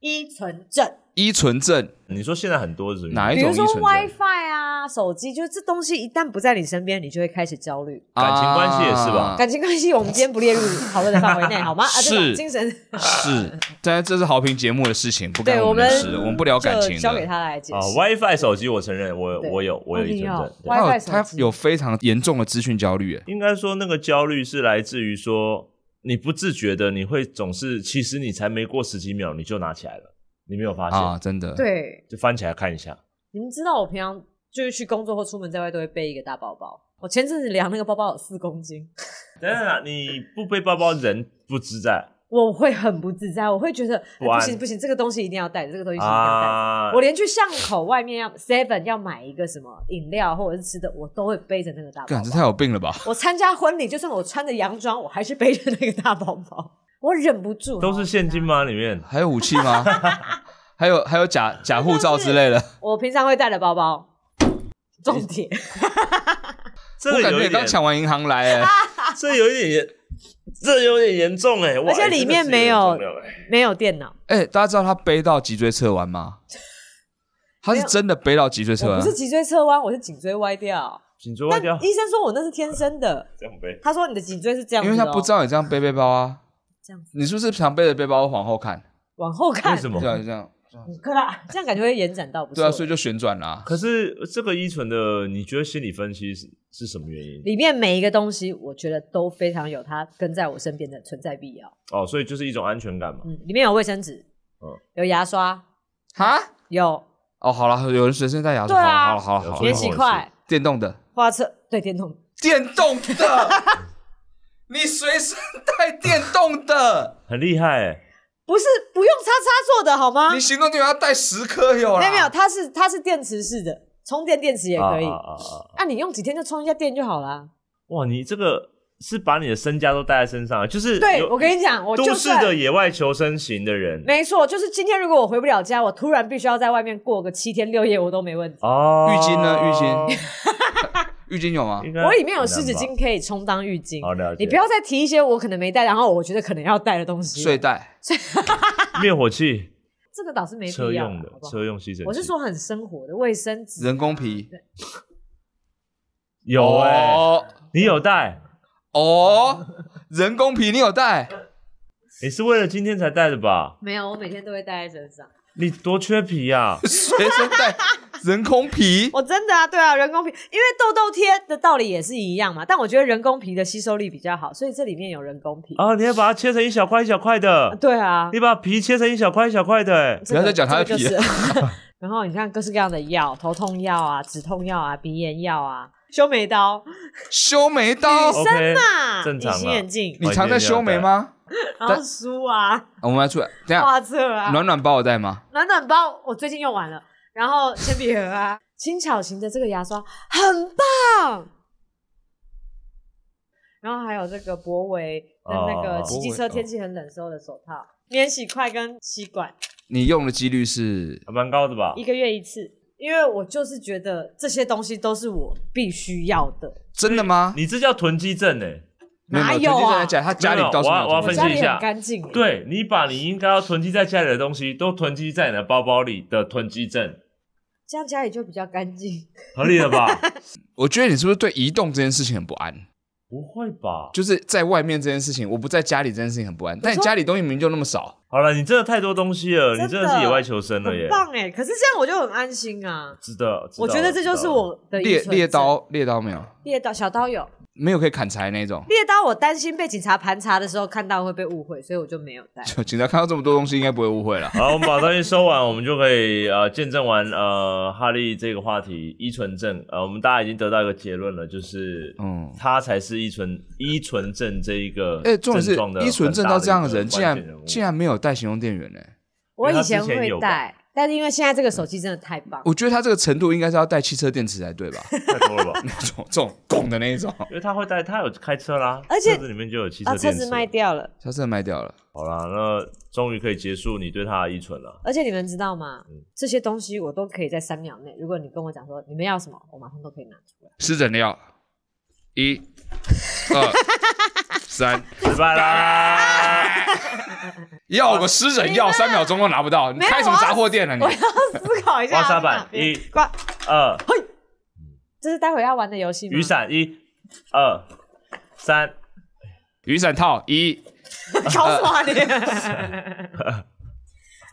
[SPEAKER 2] 依存症，
[SPEAKER 1] 依存症
[SPEAKER 3] 你说现在很多是
[SPEAKER 1] 哪一
[SPEAKER 2] 比
[SPEAKER 1] 种
[SPEAKER 2] 如
[SPEAKER 1] 依
[SPEAKER 2] 说
[SPEAKER 1] 存症？
[SPEAKER 2] WiFi 啊、手机，就是这东西一旦不在你身边，你就会开始焦虑。
[SPEAKER 1] 啊
[SPEAKER 3] 感情关系也是吧
[SPEAKER 2] 感情关系我们今天不列入讨论的范围内，好
[SPEAKER 1] [LAUGHS]
[SPEAKER 2] 吗？啊，这种
[SPEAKER 1] 是
[SPEAKER 2] 精神，
[SPEAKER 1] 是，但是这是好评节目的事情，不干
[SPEAKER 2] 对
[SPEAKER 1] 我们
[SPEAKER 2] 们
[SPEAKER 1] 的事，我们不聊哦感情
[SPEAKER 2] 就
[SPEAKER 1] 的。哦
[SPEAKER 2] 交给他来解
[SPEAKER 3] 啊
[SPEAKER 2] 释。
[SPEAKER 3] ，WiFi 手机我承认，我
[SPEAKER 2] 对
[SPEAKER 3] 我有我有
[SPEAKER 2] 一
[SPEAKER 3] 一
[SPEAKER 2] 定
[SPEAKER 3] 阵
[SPEAKER 2] 要
[SPEAKER 3] 子。对
[SPEAKER 2] WiFi
[SPEAKER 1] 他有
[SPEAKER 2] 手
[SPEAKER 1] 他
[SPEAKER 2] 机
[SPEAKER 1] 有非常严重的资讯焦虑，
[SPEAKER 3] 应该说那个焦虑是来自于说你不自觉的，你会总是其实你才没过十几秒你就拿起来了，你没有发现，
[SPEAKER 1] 啊，真的。，
[SPEAKER 2] 对，
[SPEAKER 3] 就翻起来看一下。
[SPEAKER 2] 你们知道我平常就是去工作或出门在外都会背一个大包包。我前阵子量那个包包有四公斤，
[SPEAKER 3] 等等啊，你不背包包人不自在
[SPEAKER 2] 我会很不自在，我会觉得、哎
[SPEAKER 3] 不安
[SPEAKER 2] 不行不行，这个东西一定要带，这个东西一定要带。
[SPEAKER 3] 啊
[SPEAKER 2] 我！连去巷口外面要 Seven 要买一个什么饮料或者是吃的，我都会背着那个大包
[SPEAKER 1] 感这
[SPEAKER 2] 包。
[SPEAKER 1] 太有病了吧？
[SPEAKER 2] 我参加婚礼，就算我穿着洋装，我还是背着那个大包包，我忍不啊住。
[SPEAKER 3] 都是现金吗？里面
[SPEAKER 1] 还有武器
[SPEAKER 3] [LAUGHS]
[SPEAKER 1] 吗？还有还有假假护照之类的，
[SPEAKER 2] 我平常会带的包包。重点，
[SPEAKER 3] 这
[SPEAKER 1] 我
[SPEAKER 3] 个
[SPEAKER 1] 感
[SPEAKER 3] 有
[SPEAKER 1] 觉
[SPEAKER 3] 一
[SPEAKER 1] 你刚
[SPEAKER 2] [LAUGHS]
[SPEAKER 3] 点，
[SPEAKER 1] 抢完银行来，哎，
[SPEAKER 3] 这有一点严，这有点严重哎、哇
[SPEAKER 2] 而且
[SPEAKER 3] 哎
[SPEAKER 2] 里
[SPEAKER 3] 真的
[SPEAKER 2] 面
[SPEAKER 3] 是
[SPEAKER 2] 没
[SPEAKER 3] 点
[SPEAKER 2] 有
[SPEAKER 3] 重量哎
[SPEAKER 2] 没有电脑，
[SPEAKER 1] 哎、大家知道他背到脊椎侧弯吗？他是真的背到脊椎侧
[SPEAKER 2] 我
[SPEAKER 1] 弯啊
[SPEAKER 2] 不是，脊椎侧弯，我是颈椎歪掉。
[SPEAKER 3] 颈椎歪
[SPEAKER 2] 但
[SPEAKER 3] 掉，
[SPEAKER 2] 医生说我那是天生的，
[SPEAKER 3] 这样呗。
[SPEAKER 2] 他说你的颈椎是这样
[SPEAKER 1] 因
[SPEAKER 2] 子、哦，
[SPEAKER 1] 为他不知道你这样背背包啊。
[SPEAKER 2] 这样子
[SPEAKER 1] 你是不是常背着背包往后看？
[SPEAKER 2] 往后看，
[SPEAKER 3] 为什么
[SPEAKER 1] 对？啊，就这样。
[SPEAKER 2] 可啦， [LAUGHS] 这样感觉会延展到不错。
[SPEAKER 1] 对啊，所以就旋转啦、
[SPEAKER 3] 可是这个依存的，你觉得心理分析是是什么原因？
[SPEAKER 2] 里面每一个东西，我觉得都非常有它跟在我身边的存在必要。
[SPEAKER 3] 哦，所以就是一种安全感嘛。
[SPEAKER 2] 嗯，里面有卫生纸，
[SPEAKER 3] 嗯
[SPEAKER 2] 有牙刷，
[SPEAKER 1] 哈？
[SPEAKER 2] 有
[SPEAKER 1] 哦，好了，有人随身带牙刷、
[SPEAKER 2] 对啊
[SPEAKER 1] 好了好了好了好
[SPEAKER 3] 有
[SPEAKER 2] 免
[SPEAKER 1] 了
[SPEAKER 3] 时候
[SPEAKER 2] 洗块、
[SPEAKER 1] 电动的，
[SPEAKER 2] 花车，对，电动
[SPEAKER 1] 电动的，你随身带电动的，
[SPEAKER 3] 很厉害、欸，
[SPEAKER 2] 不是不用叉叉做的好吗？
[SPEAKER 1] 你行动电源要带十颗有啦。
[SPEAKER 2] 没有没有，它是它是电池式的，充电电池也可以。
[SPEAKER 3] 啊啊啊啊！
[SPEAKER 2] 啊，你用几天就充一下电就好啦。
[SPEAKER 3] 哇，你这个是把你的身家都带在身上，啊就是
[SPEAKER 2] 对，
[SPEAKER 3] 有
[SPEAKER 2] 我跟你讲，我
[SPEAKER 3] 都
[SPEAKER 2] 就
[SPEAKER 3] 市
[SPEAKER 2] 算
[SPEAKER 3] 的野外求生型的人
[SPEAKER 2] 没错，就是今天如果我回不了家，我突然必须要在外面过个七天六夜，我都没问题。
[SPEAKER 3] 哦。
[SPEAKER 1] 浴巾呢浴巾浴巾有吗？
[SPEAKER 3] 应该
[SPEAKER 2] [LAUGHS] 我里面有湿纸巾可以充当浴巾
[SPEAKER 3] 啊好了解，
[SPEAKER 2] 你不要再提一些我可能没带，然后我觉得可能要带的东西。
[SPEAKER 1] 睡袋，
[SPEAKER 3] 很难吧、灭火器、
[SPEAKER 2] 这个倒是没
[SPEAKER 3] 车
[SPEAKER 2] 必要啦
[SPEAKER 3] 用的
[SPEAKER 2] 好不好
[SPEAKER 3] 车用吸尘器，
[SPEAKER 2] 我是说很生活的卫生纸、
[SPEAKER 1] 人工皮，
[SPEAKER 3] 有哎、
[SPEAKER 1] 哦
[SPEAKER 3] 你有带，
[SPEAKER 1] 哦，人工皮你有带？
[SPEAKER 3] 你是为了今天才带的吧？
[SPEAKER 2] 没有，我每天都会带在身上。
[SPEAKER 3] 你多缺皮呀、啊！
[SPEAKER 1] 随身带人工皮，
[SPEAKER 2] 我真的啊，对啊，人工皮，因为痘痘贴的道理也是一样嘛，但我觉得人工皮的吸收力比较好，所以这里面有人工皮。
[SPEAKER 3] 啊，你要把它切成一小块一小块的，
[SPEAKER 2] 对啊，
[SPEAKER 3] 你把皮切成一小块一小块的、欸，
[SPEAKER 2] 这个
[SPEAKER 1] 不要再讲它的
[SPEAKER 2] 这个
[SPEAKER 1] 皮
[SPEAKER 2] 就是 [LAUGHS] 然后你看各式各样的药，头痛药啊、止痛药啊、鼻炎药啊、修眉刀、
[SPEAKER 1] 修眉刀，
[SPEAKER 3] 哦 OK，
[SPEAKER 2] 真嘛、
[SPEAKER 3] 正常
[SPEAKER 2] 隐形
[SPEAKER 3] 啦
[SPEAKER 2] 眼镜，
[SPEAKER 1] 你常在修眉吗？
[SPEAKER 2] 然后书啊、
[SPEAKER 1] 啊我们来出来，等一下
[SPEAKER 2] 画册啊、
[SPEAKER 1] 暖暖包我带吗？
[SPEAKER 2] 暖暖包，我最近用完了。然后铅笔盒
[SPEAKER 3] [LAUGHS]
[SPEAKER 2] 啊，轻巧型的这个牙刷很棒。然后还有这个博维跟那
[SPEAKER 3] 哦
[SPEAKER 2] 个骑机
[SPEAKER 1] 博
[SPEAKER 2] 车
[SPEAKER 1] 维
[SPEAKER 2] 天气很冷时候的手套、免洗筷跟吸管，
[SPEAKER 1] 你用的几率是
[SPEAKER 3] 还蛮高的吧
[SPEAKER 2] 一？个月一次。因为我就是觉得这些东西都是我必须要的，
[SPEAKER 1] 真的吗？
[SPEAKER 3] 你这叫囤积症哎、
[SPEAKER 1] 没有没
[SPEAKER 2] 哪
[SPEAKER 1] 有，
[SPEAKER 2] 有
[SPEAKER 1] 推荐
[SPEAKER 2] 啊
[SPEAKER 1] 在家，他家里
[SPEAKER 3] 没有
[SPEAKER 1] 到处
[SPEAKER 3] 我
[SPEAKER 1] 没
[SPEAKER 3] 要
[SPEAKER 1] 有
[SPEAKER 3] 我
[SPEAKER 1] 东
[SPEAKER 2] 我
[SPEAKER 3] 要
[SPEAKER 1] 西
[SPEAKER 3] 分析
[SPEAKER 2] 家里
[SPEAKER 3] 一下
[SPEAKER 2] 很干净。，
[SPEAKER 3] 对你把你应该要囤积在家里的东西都囤积在你的包包里的囤积症，
[SPEAKER 2] 这样家里就比较干净。
[SPEAKER 3] 合理了
[SPEAKER 2] [LAUGHS]
[SPEAKER 3] 吧？
[SPEAKER 1] 我觉得你是不是对移动这件事情很不安？
[SPEAKER 3] 不会吧？
[SPEAKER 1] 就是在外面这件事情，我不在家里这件事情很不安。但你家里东西明明就那么少，
[SPEAKER 3] 好了，你真的太多东西了，你真的是野外求生了
[SPEAKER 2] 很
[SPEAKER 3] 耶！
[SPEAKER 2] 棒哎，可是这样我就很安心啊。
[SPEAKER 3] 知道，知道
[SPEAKER 2] 我觉得这就是我的遗
[SPEAKER 1] 猎
[SPEAKER 2] 传
[SPEAKER 1] 猎
[SPEAKER 2] 症
[SPEAKER 1] 刀猎刀没有，
[SPEAKER 2] 猎刀小刀有
[SPEAKER 1] 没有可以砍柴那种。
[SPEAKER 2] 猎刀，我担心被警察盘查的时候看到会被误会，所以我就没有带。
[SPEAKER 1] 就警察看到这么多东西，应该不会误会了。
[SPEAKER 3] 好，我们把东西收完，我们就可以呃见证完呃哈利这个话题依存症呃，我们大家已经得到一个结论了，就是
[SPEAKER 1] 嗯
[SPEAKER 3] 他才是依存依存症这一个
[SPEAKER 1] 哎，重点是
[SPEAKER 3] 呃症状的
[SPEAKER 1] 依存症到这样的人，
[SPEAKER 3] 很
[SPEAKER 1] 竟
[SPEAKER 3] 大的一个
[SPEAKER 1] 然
[SPEAKER 3] 关键
[SPEAKER 1] 竟
[SPEAKER 3] 人物
[SPEAKER 1] 然没有带行动电源呢、
[SPEAKER 2] 我以
[SPEAKER 3] 因为他之前
[SPEAKER 2] 会
[SPEAKER 3] 有吧嗯
[SPEAKER 2] 带，但是因为现在这个手机真的太棒，
[SPEAKER 1] 我觉得他这个程度应该是要带汽车电池才对吧？ [LAUGHS]
[SPEAKER 3] 太多了吧？ [LAUGHS]
[SPEAKER 1] 那种这种拱的那一种，
[SPEAKER 3] 因为他会带，他有开车啦，
[SPEAKER 2] 而且
[SPEAKER 3] 车子里面就有汽
[SPEAKER 2] 啊，
[SPEAKER 3] 车
[SPEAKER 2] 车
[SPEAKER 3] 电池。
[SPEAKER 2] 子卖掉了。
[SPEAKER 1] 他真的卖掉了。
[SPEAKER 3] 好啦，那终于可以结束你对他的依存了。
[SPEAKER 2] 而且你们知道吗？
[SPEAKER 3] 嗯
[SPEAKER 2] 这些东西我都可以在三秒内，如果你跟我讲说你们要什么，我马上都可以拿出来。
[SPEAKER 1] 湿疹的药，一、二、三，
[SPEAKER 3] 失
[SPEAKER 2] [LAUGHS]
[SPEAKER 3] 败啦！
[SPEAKER 1] 要个湿疹药，三秒钟都拿不到，你开什么杂货店啊你
[SPEAKER 2] 我？要思考一下。
[SPEAKER 3] 刮痧嗯板
[SPEAKER 2] 哪边
[SPEAKER 3] 一
[SPEAKER 2] 刮，
[SPEAKER 3] 二
[SPEAKER 2] 这是待会要玩的游戏吗？[LAUGHS]
[SPEAKER 3] 雨伞，一、二、三，
[SPEAKER 1] 雨伞套一，
[SPEAKER 2] 搞什么啊你？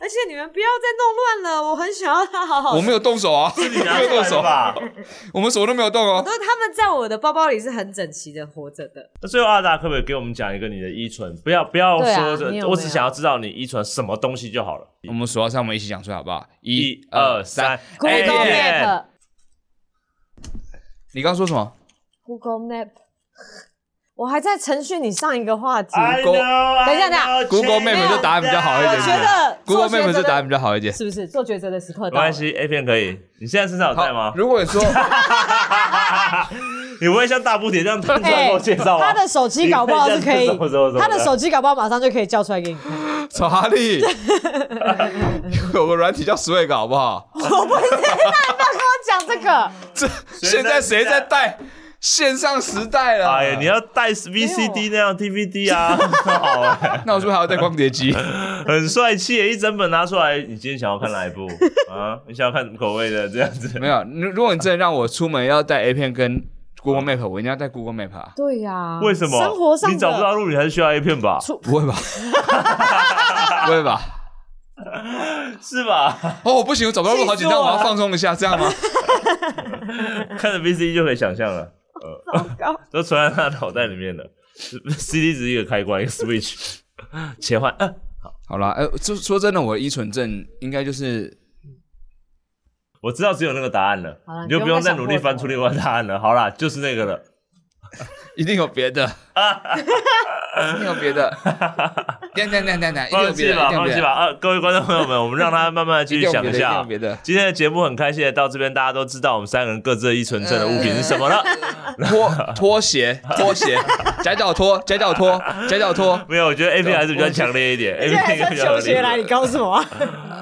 [SPEAKER 2] 而且你们不要再弄乱了，我很想要它好好。
[SPEAKER 1] 我没有动手啊， [LAUGHS] 我没有动手，
[SPEAKER 3] 吧？
[SPEAKER 1] 我们什么都没有动
[SPEAKER 2] 我
[SPEAKER 1] 哦。
[SPEAKER 2] 都他们在我的包包里是很整齐的活着的。
[SPEAKER 3] 那最后阿达可不可以给我们讲一个你的依存？不要不要
[SPEAKER 2] 对啊
[SPEAKER 3] 说
[SPEAKER 2] 你
[SPEAKER 3] 这，
[SPEAKER 2] 有
[SPEAKER 3] 我
[SPEAKER 2] 没
[SPEAKER 3] 只
[SPEAKER 2] 有
[SPEAKER 3] 想要知道你依存什么东西就好了。
[SPEAKER 1] 我们数到三，我们一起讲出来好不好？
[SPEAKER 3] 一二三，哎
[SPEAKER 2] Google
[SPEAKER 3] 耶
[SPEAKER 2] Map。
[SPEAKER 1] 你刚刚说什么？
[SPEAKER 2] Google Map，我还在程序你上一个话题，
[SPEAKER 3] I know, I
[SPEAKER 2] 等一下等一下
[SPEAKER 3] know,
[SPEAKER 1] Google
[SPEAKER 3] China
[SPEAKER 1] Map 就答案比较好一
[SPEAKER 2] 我
[SPEAKER 1] 点
[SPEAKER 2] 觉得做
[SPEAKER 1] Google
[SPEAKER 2] 抉
[SPEAKER 1] Map
[SPEAKER 2] 择
[SPEAKER 1] 就答案
[SPEAKER 2] 的
[SPEAKER 1] 比较好一点。
[SPEAKER 2] 是不是做抉择的时刻
[SPEAKER 3] 没
[SPEAKER 2] 到了
[SPEAKER 3] 关？系，A 片可以。你现在身上有带吗？
[SPEAKER 1] 如果
[SPEAKER 3] [LAUGHS]
[SPEAKER 1] 你说
[SPEAKER 3] 你不会像大布铁这样突然给我介绍吗？啊
[SPEAKER 2] 他的手机搞不好是可以
[SPEAKER 3] 你看一下是什么什么什么，
[SPEAKER 2] 他的手机搞不好马上就可以叫出来给你看。
[SPEAKER 1] 查理有个软体叫 Swag 好不好？
[SPEAKER 2] 我不知道你不要跟我讲这个，
[SPEAKER 1] 这现在谁在带？线上时代了。
[SPEAKER 3] 哎呀，你要带 VCD 那样 DVD 啊，很好哎，
[SPEAKER 1] 那我是不是还要带光碟
[SPEAKER 3] [LAUGHS]
[SPEAKER 1] 机？
[SPEAKER 3] 很帅气耶，一整本拿出来。你今天想要看哪一部啊？你想要看什么口味的？这样子
[SPEAKER 2] 嗯
[SPEAKER 1] 没有，如如果你真的让我出门要带 A 片跟 Google Map，我一定要带 Google Map 啊。
[SPEAKER 2] 对呀，
[SPEAKER 3] 为什么？
[SPEAKER 2] 生活上的
[SPEAKER 3] 你找不到路，你还是需要 A 片吧？
[SPEAKER 2] 出
[SPEAKER 1] 不
[SPEAKER 3] [LAUGHS]
[SPEAKER 1] 会吧？不会吧？
[SPEAKER 3] 是吧？
[SPEAKER 1] 哦，不行，我找不到路，好紧张，
[SPEAKER 3] 气死我
[SPEAKER 1] 我
[SPEAKER 3] 了
[SPEAKER 1] 要放松一下，这样吗？
[SPEAKER 2] [LAUGHS]
[SPEAKER 3] 看着 VCD 就可以想象了，
[SPEAKER 2] 糟糕，
[SPEAKER 3] 都存在他脑袋里面了。CD 只是一个开关，一个 switch 切换。啊
[SPEAKER 1] 好啦，呃，就说真的，我的依存症应该就是
[SPEAKER 3] 我知道只有那个答案了
[SPEAKER 2] 好了，
[SPEAKER 3] 你就
[SPEAKER 2] 你不
[SPEAKER 3] 不
[SPEAKER 2] 用
[SPEAKER 3] 用
[SPEAKER 2] 再
[SPEAKER 3] 再
[SPEAKER 2] 想
[SPEAKER 3] 努
[SPEAKER 2] 破
[SPEAKER 3] 力
[SPEAKER 2] 头
[SPEAKER 3] 翻出另外答案了。好啦，就是那个了。
[SPEAKER 1] 一定有别
[SPEAKER 3] [LAUGHS]
[SPEAKER 1] 的，一定有别的，等等等等等，一定有
[SPEAKER 3] 放
[SPEAKER 1] 哎别
[SPEAKER 3] 弃
[SPEAKER 1] 的，一
[SPEAKER 3] 吧，
[SPEAKER 1] 定有
[SPEAKER 3] 放
[SPEAKER 1] 别
[SPEAKER 3] 弃
[SPEAKER 1] 的
[SPEAKER 3] 吧。，啊，各位观众朋友们，我们让他慢慢的
[SPEAKER 1] 一
[SPEAKER 3] 继续
[SPEAKER 1] 定有
[SPEAKER 3] 想
[SPEAKER 1] 别的，一
[SPEAKER 3] 一
[SPEAKER 1] 定有
[SPEAKER 3] 下。
[SPEAKER 1] 别的。
[SPEAKER 3] 今天的节目很开心的到这边，大家都知道我们三个人各自的依存症的物品是什
[SPEAKER 2] [LAUGHS]
[SPEAKER 3] 么了。
[SPEAKER 1] 拖拖鞋，拖鞋，夹脚拖，夹脚
[SPEAKER 3] [LAUGHS]
[SPEAKER 1] 拖，夹脚拖。
[SPEAKER 3] 没有，我觉得 A 片还是比较强烈
[SPEAKER 2] [LAUGHS]
[SPEAKER 3] 一点，A
[SPEAKER 2] 而且还
[SPEAKER 3] 片应该
[SPEAKER 2] 穿
[SPEAKER 3] 比较合
[SPEAKER 2] 球
[SPEAKER 3] 理
[SPEAKER 2] 鞋。来，你搞什么啊？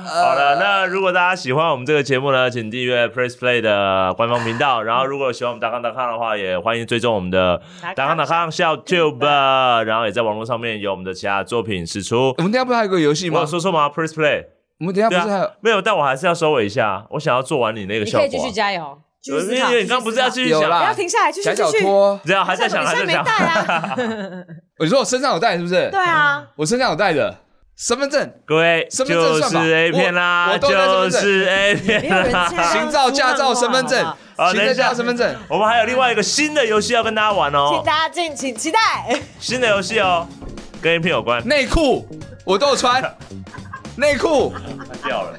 [SPEAKER 3] 好了，那如果大家喜欢我们这个节目呢，请订阅 Press Play 的官方
[SPEAKER 2] [LAUGHS]
[SPEAKER 3] 频道。然后，如果喜欢我们达康达康的话，也欢迎追踪我们的达康达康笑 Tube，然后也在网络上面有我们的其他作品释出。
[SPEAKER 1] 我们等一下不是还有个游戏
[SPEAKER 3] 我有
[SPEAKER 1] 吗？
[SPEAKER 3] 说错吗？Press Play，
[SPEAKER 1] 我们等一下
[SPEAKER 3] 对
[SPEAKER 1] 不是还
[SPEAKER 3] 啊
[SPEAKER 1] 有？，
[SPEAKER 3] 没有，但我还是要收尾一下，我想要做完你那个
[SPEAKER 2] 你
[SPEAKER 3] 效
[SPEAKER 2] 可
[SPEAKER 3] 果
[SPEAKER 2] 以继续
[SPEAKER 3] 啊。
[SPEAKER 2] 加油，继续
[SPEAKER 3] 因
[SPEAKER 2] 思考，
[SPEAKER 3] 为你刚刚不是要
[SPEAKER 2] 继续
[SPEAKER 3] 继
[SPEAKER 1] 有
[SPEAKER 3] 续想
[SPEAKER 2] 思考不
[SPEAKER 1] 啦
[SPEAKER 2] 要停下来，继续
[SPEAKER 3] 啊
[SPEAKER 1] 夹脚
[SPEAKER 2] 继续。
[SPEAKER 1] 拖。
[SPEAKER 3] 这样还在
[SPEAKER 2] 为什
[SPEAKER 3] 想，
[SPEAKER 2] 么
[SPEAKER 3] 还
[SPEAKER 2] 你现在
[SPEAKER 3] 在
[SPEAKER 2] 没，带
[SPEAKER 3] 想
[SPEAKER 2] 啊？
[SPEAKER 1] 我说我身上有带是不是？
[SPEAKER 2] 对啊，
[SPEAKER 1] 我身上有带的身份证、
[SPEAKER 3] 各位
[SPEAKER 1] 身份证
[SPEAKER 3] 就
[SPEAKER 1] 算
[SPEAKER 3] 是
[SPEAKER 1] 吧
[SPEAKER 3] A 片
[SPEAKER 1] 我
[SPEAKER 3] 啦，
[SPEAKER 1] 我都在身份
[SPEAKER 3] 就
[SPEAKER 1] 证
[SPEAKER 3] 是 A
[SPEAKER 2] 没
[SPEAKER 3] 片
[SPEAKER 2] 有
[SPEAKER 3] 啊
[SPEAKER 2] 人这样
[SPEAKER 3] 啦。
[SPEAKER 1] 行照、驾照、身份证
[SPEAKER 2] 好
[SPEAKER 3] 好、好
[SPEAKER 1] 行照、驾照、身份证。
[SPEAKER 3] [LAUGHS] 我们还有另外一个新的游戏要跟大家玩
[SPEAKER 2] 请
[SPEAKER 3] 哦，
[SPEAKER 2] 大家敬请期待。
[SPEAKER 3] 新的游戏哦，跟 A 片有关，
[SPEAKER 1] 内裤我都有穿，内裤
[SPEAKER 3] 掉了。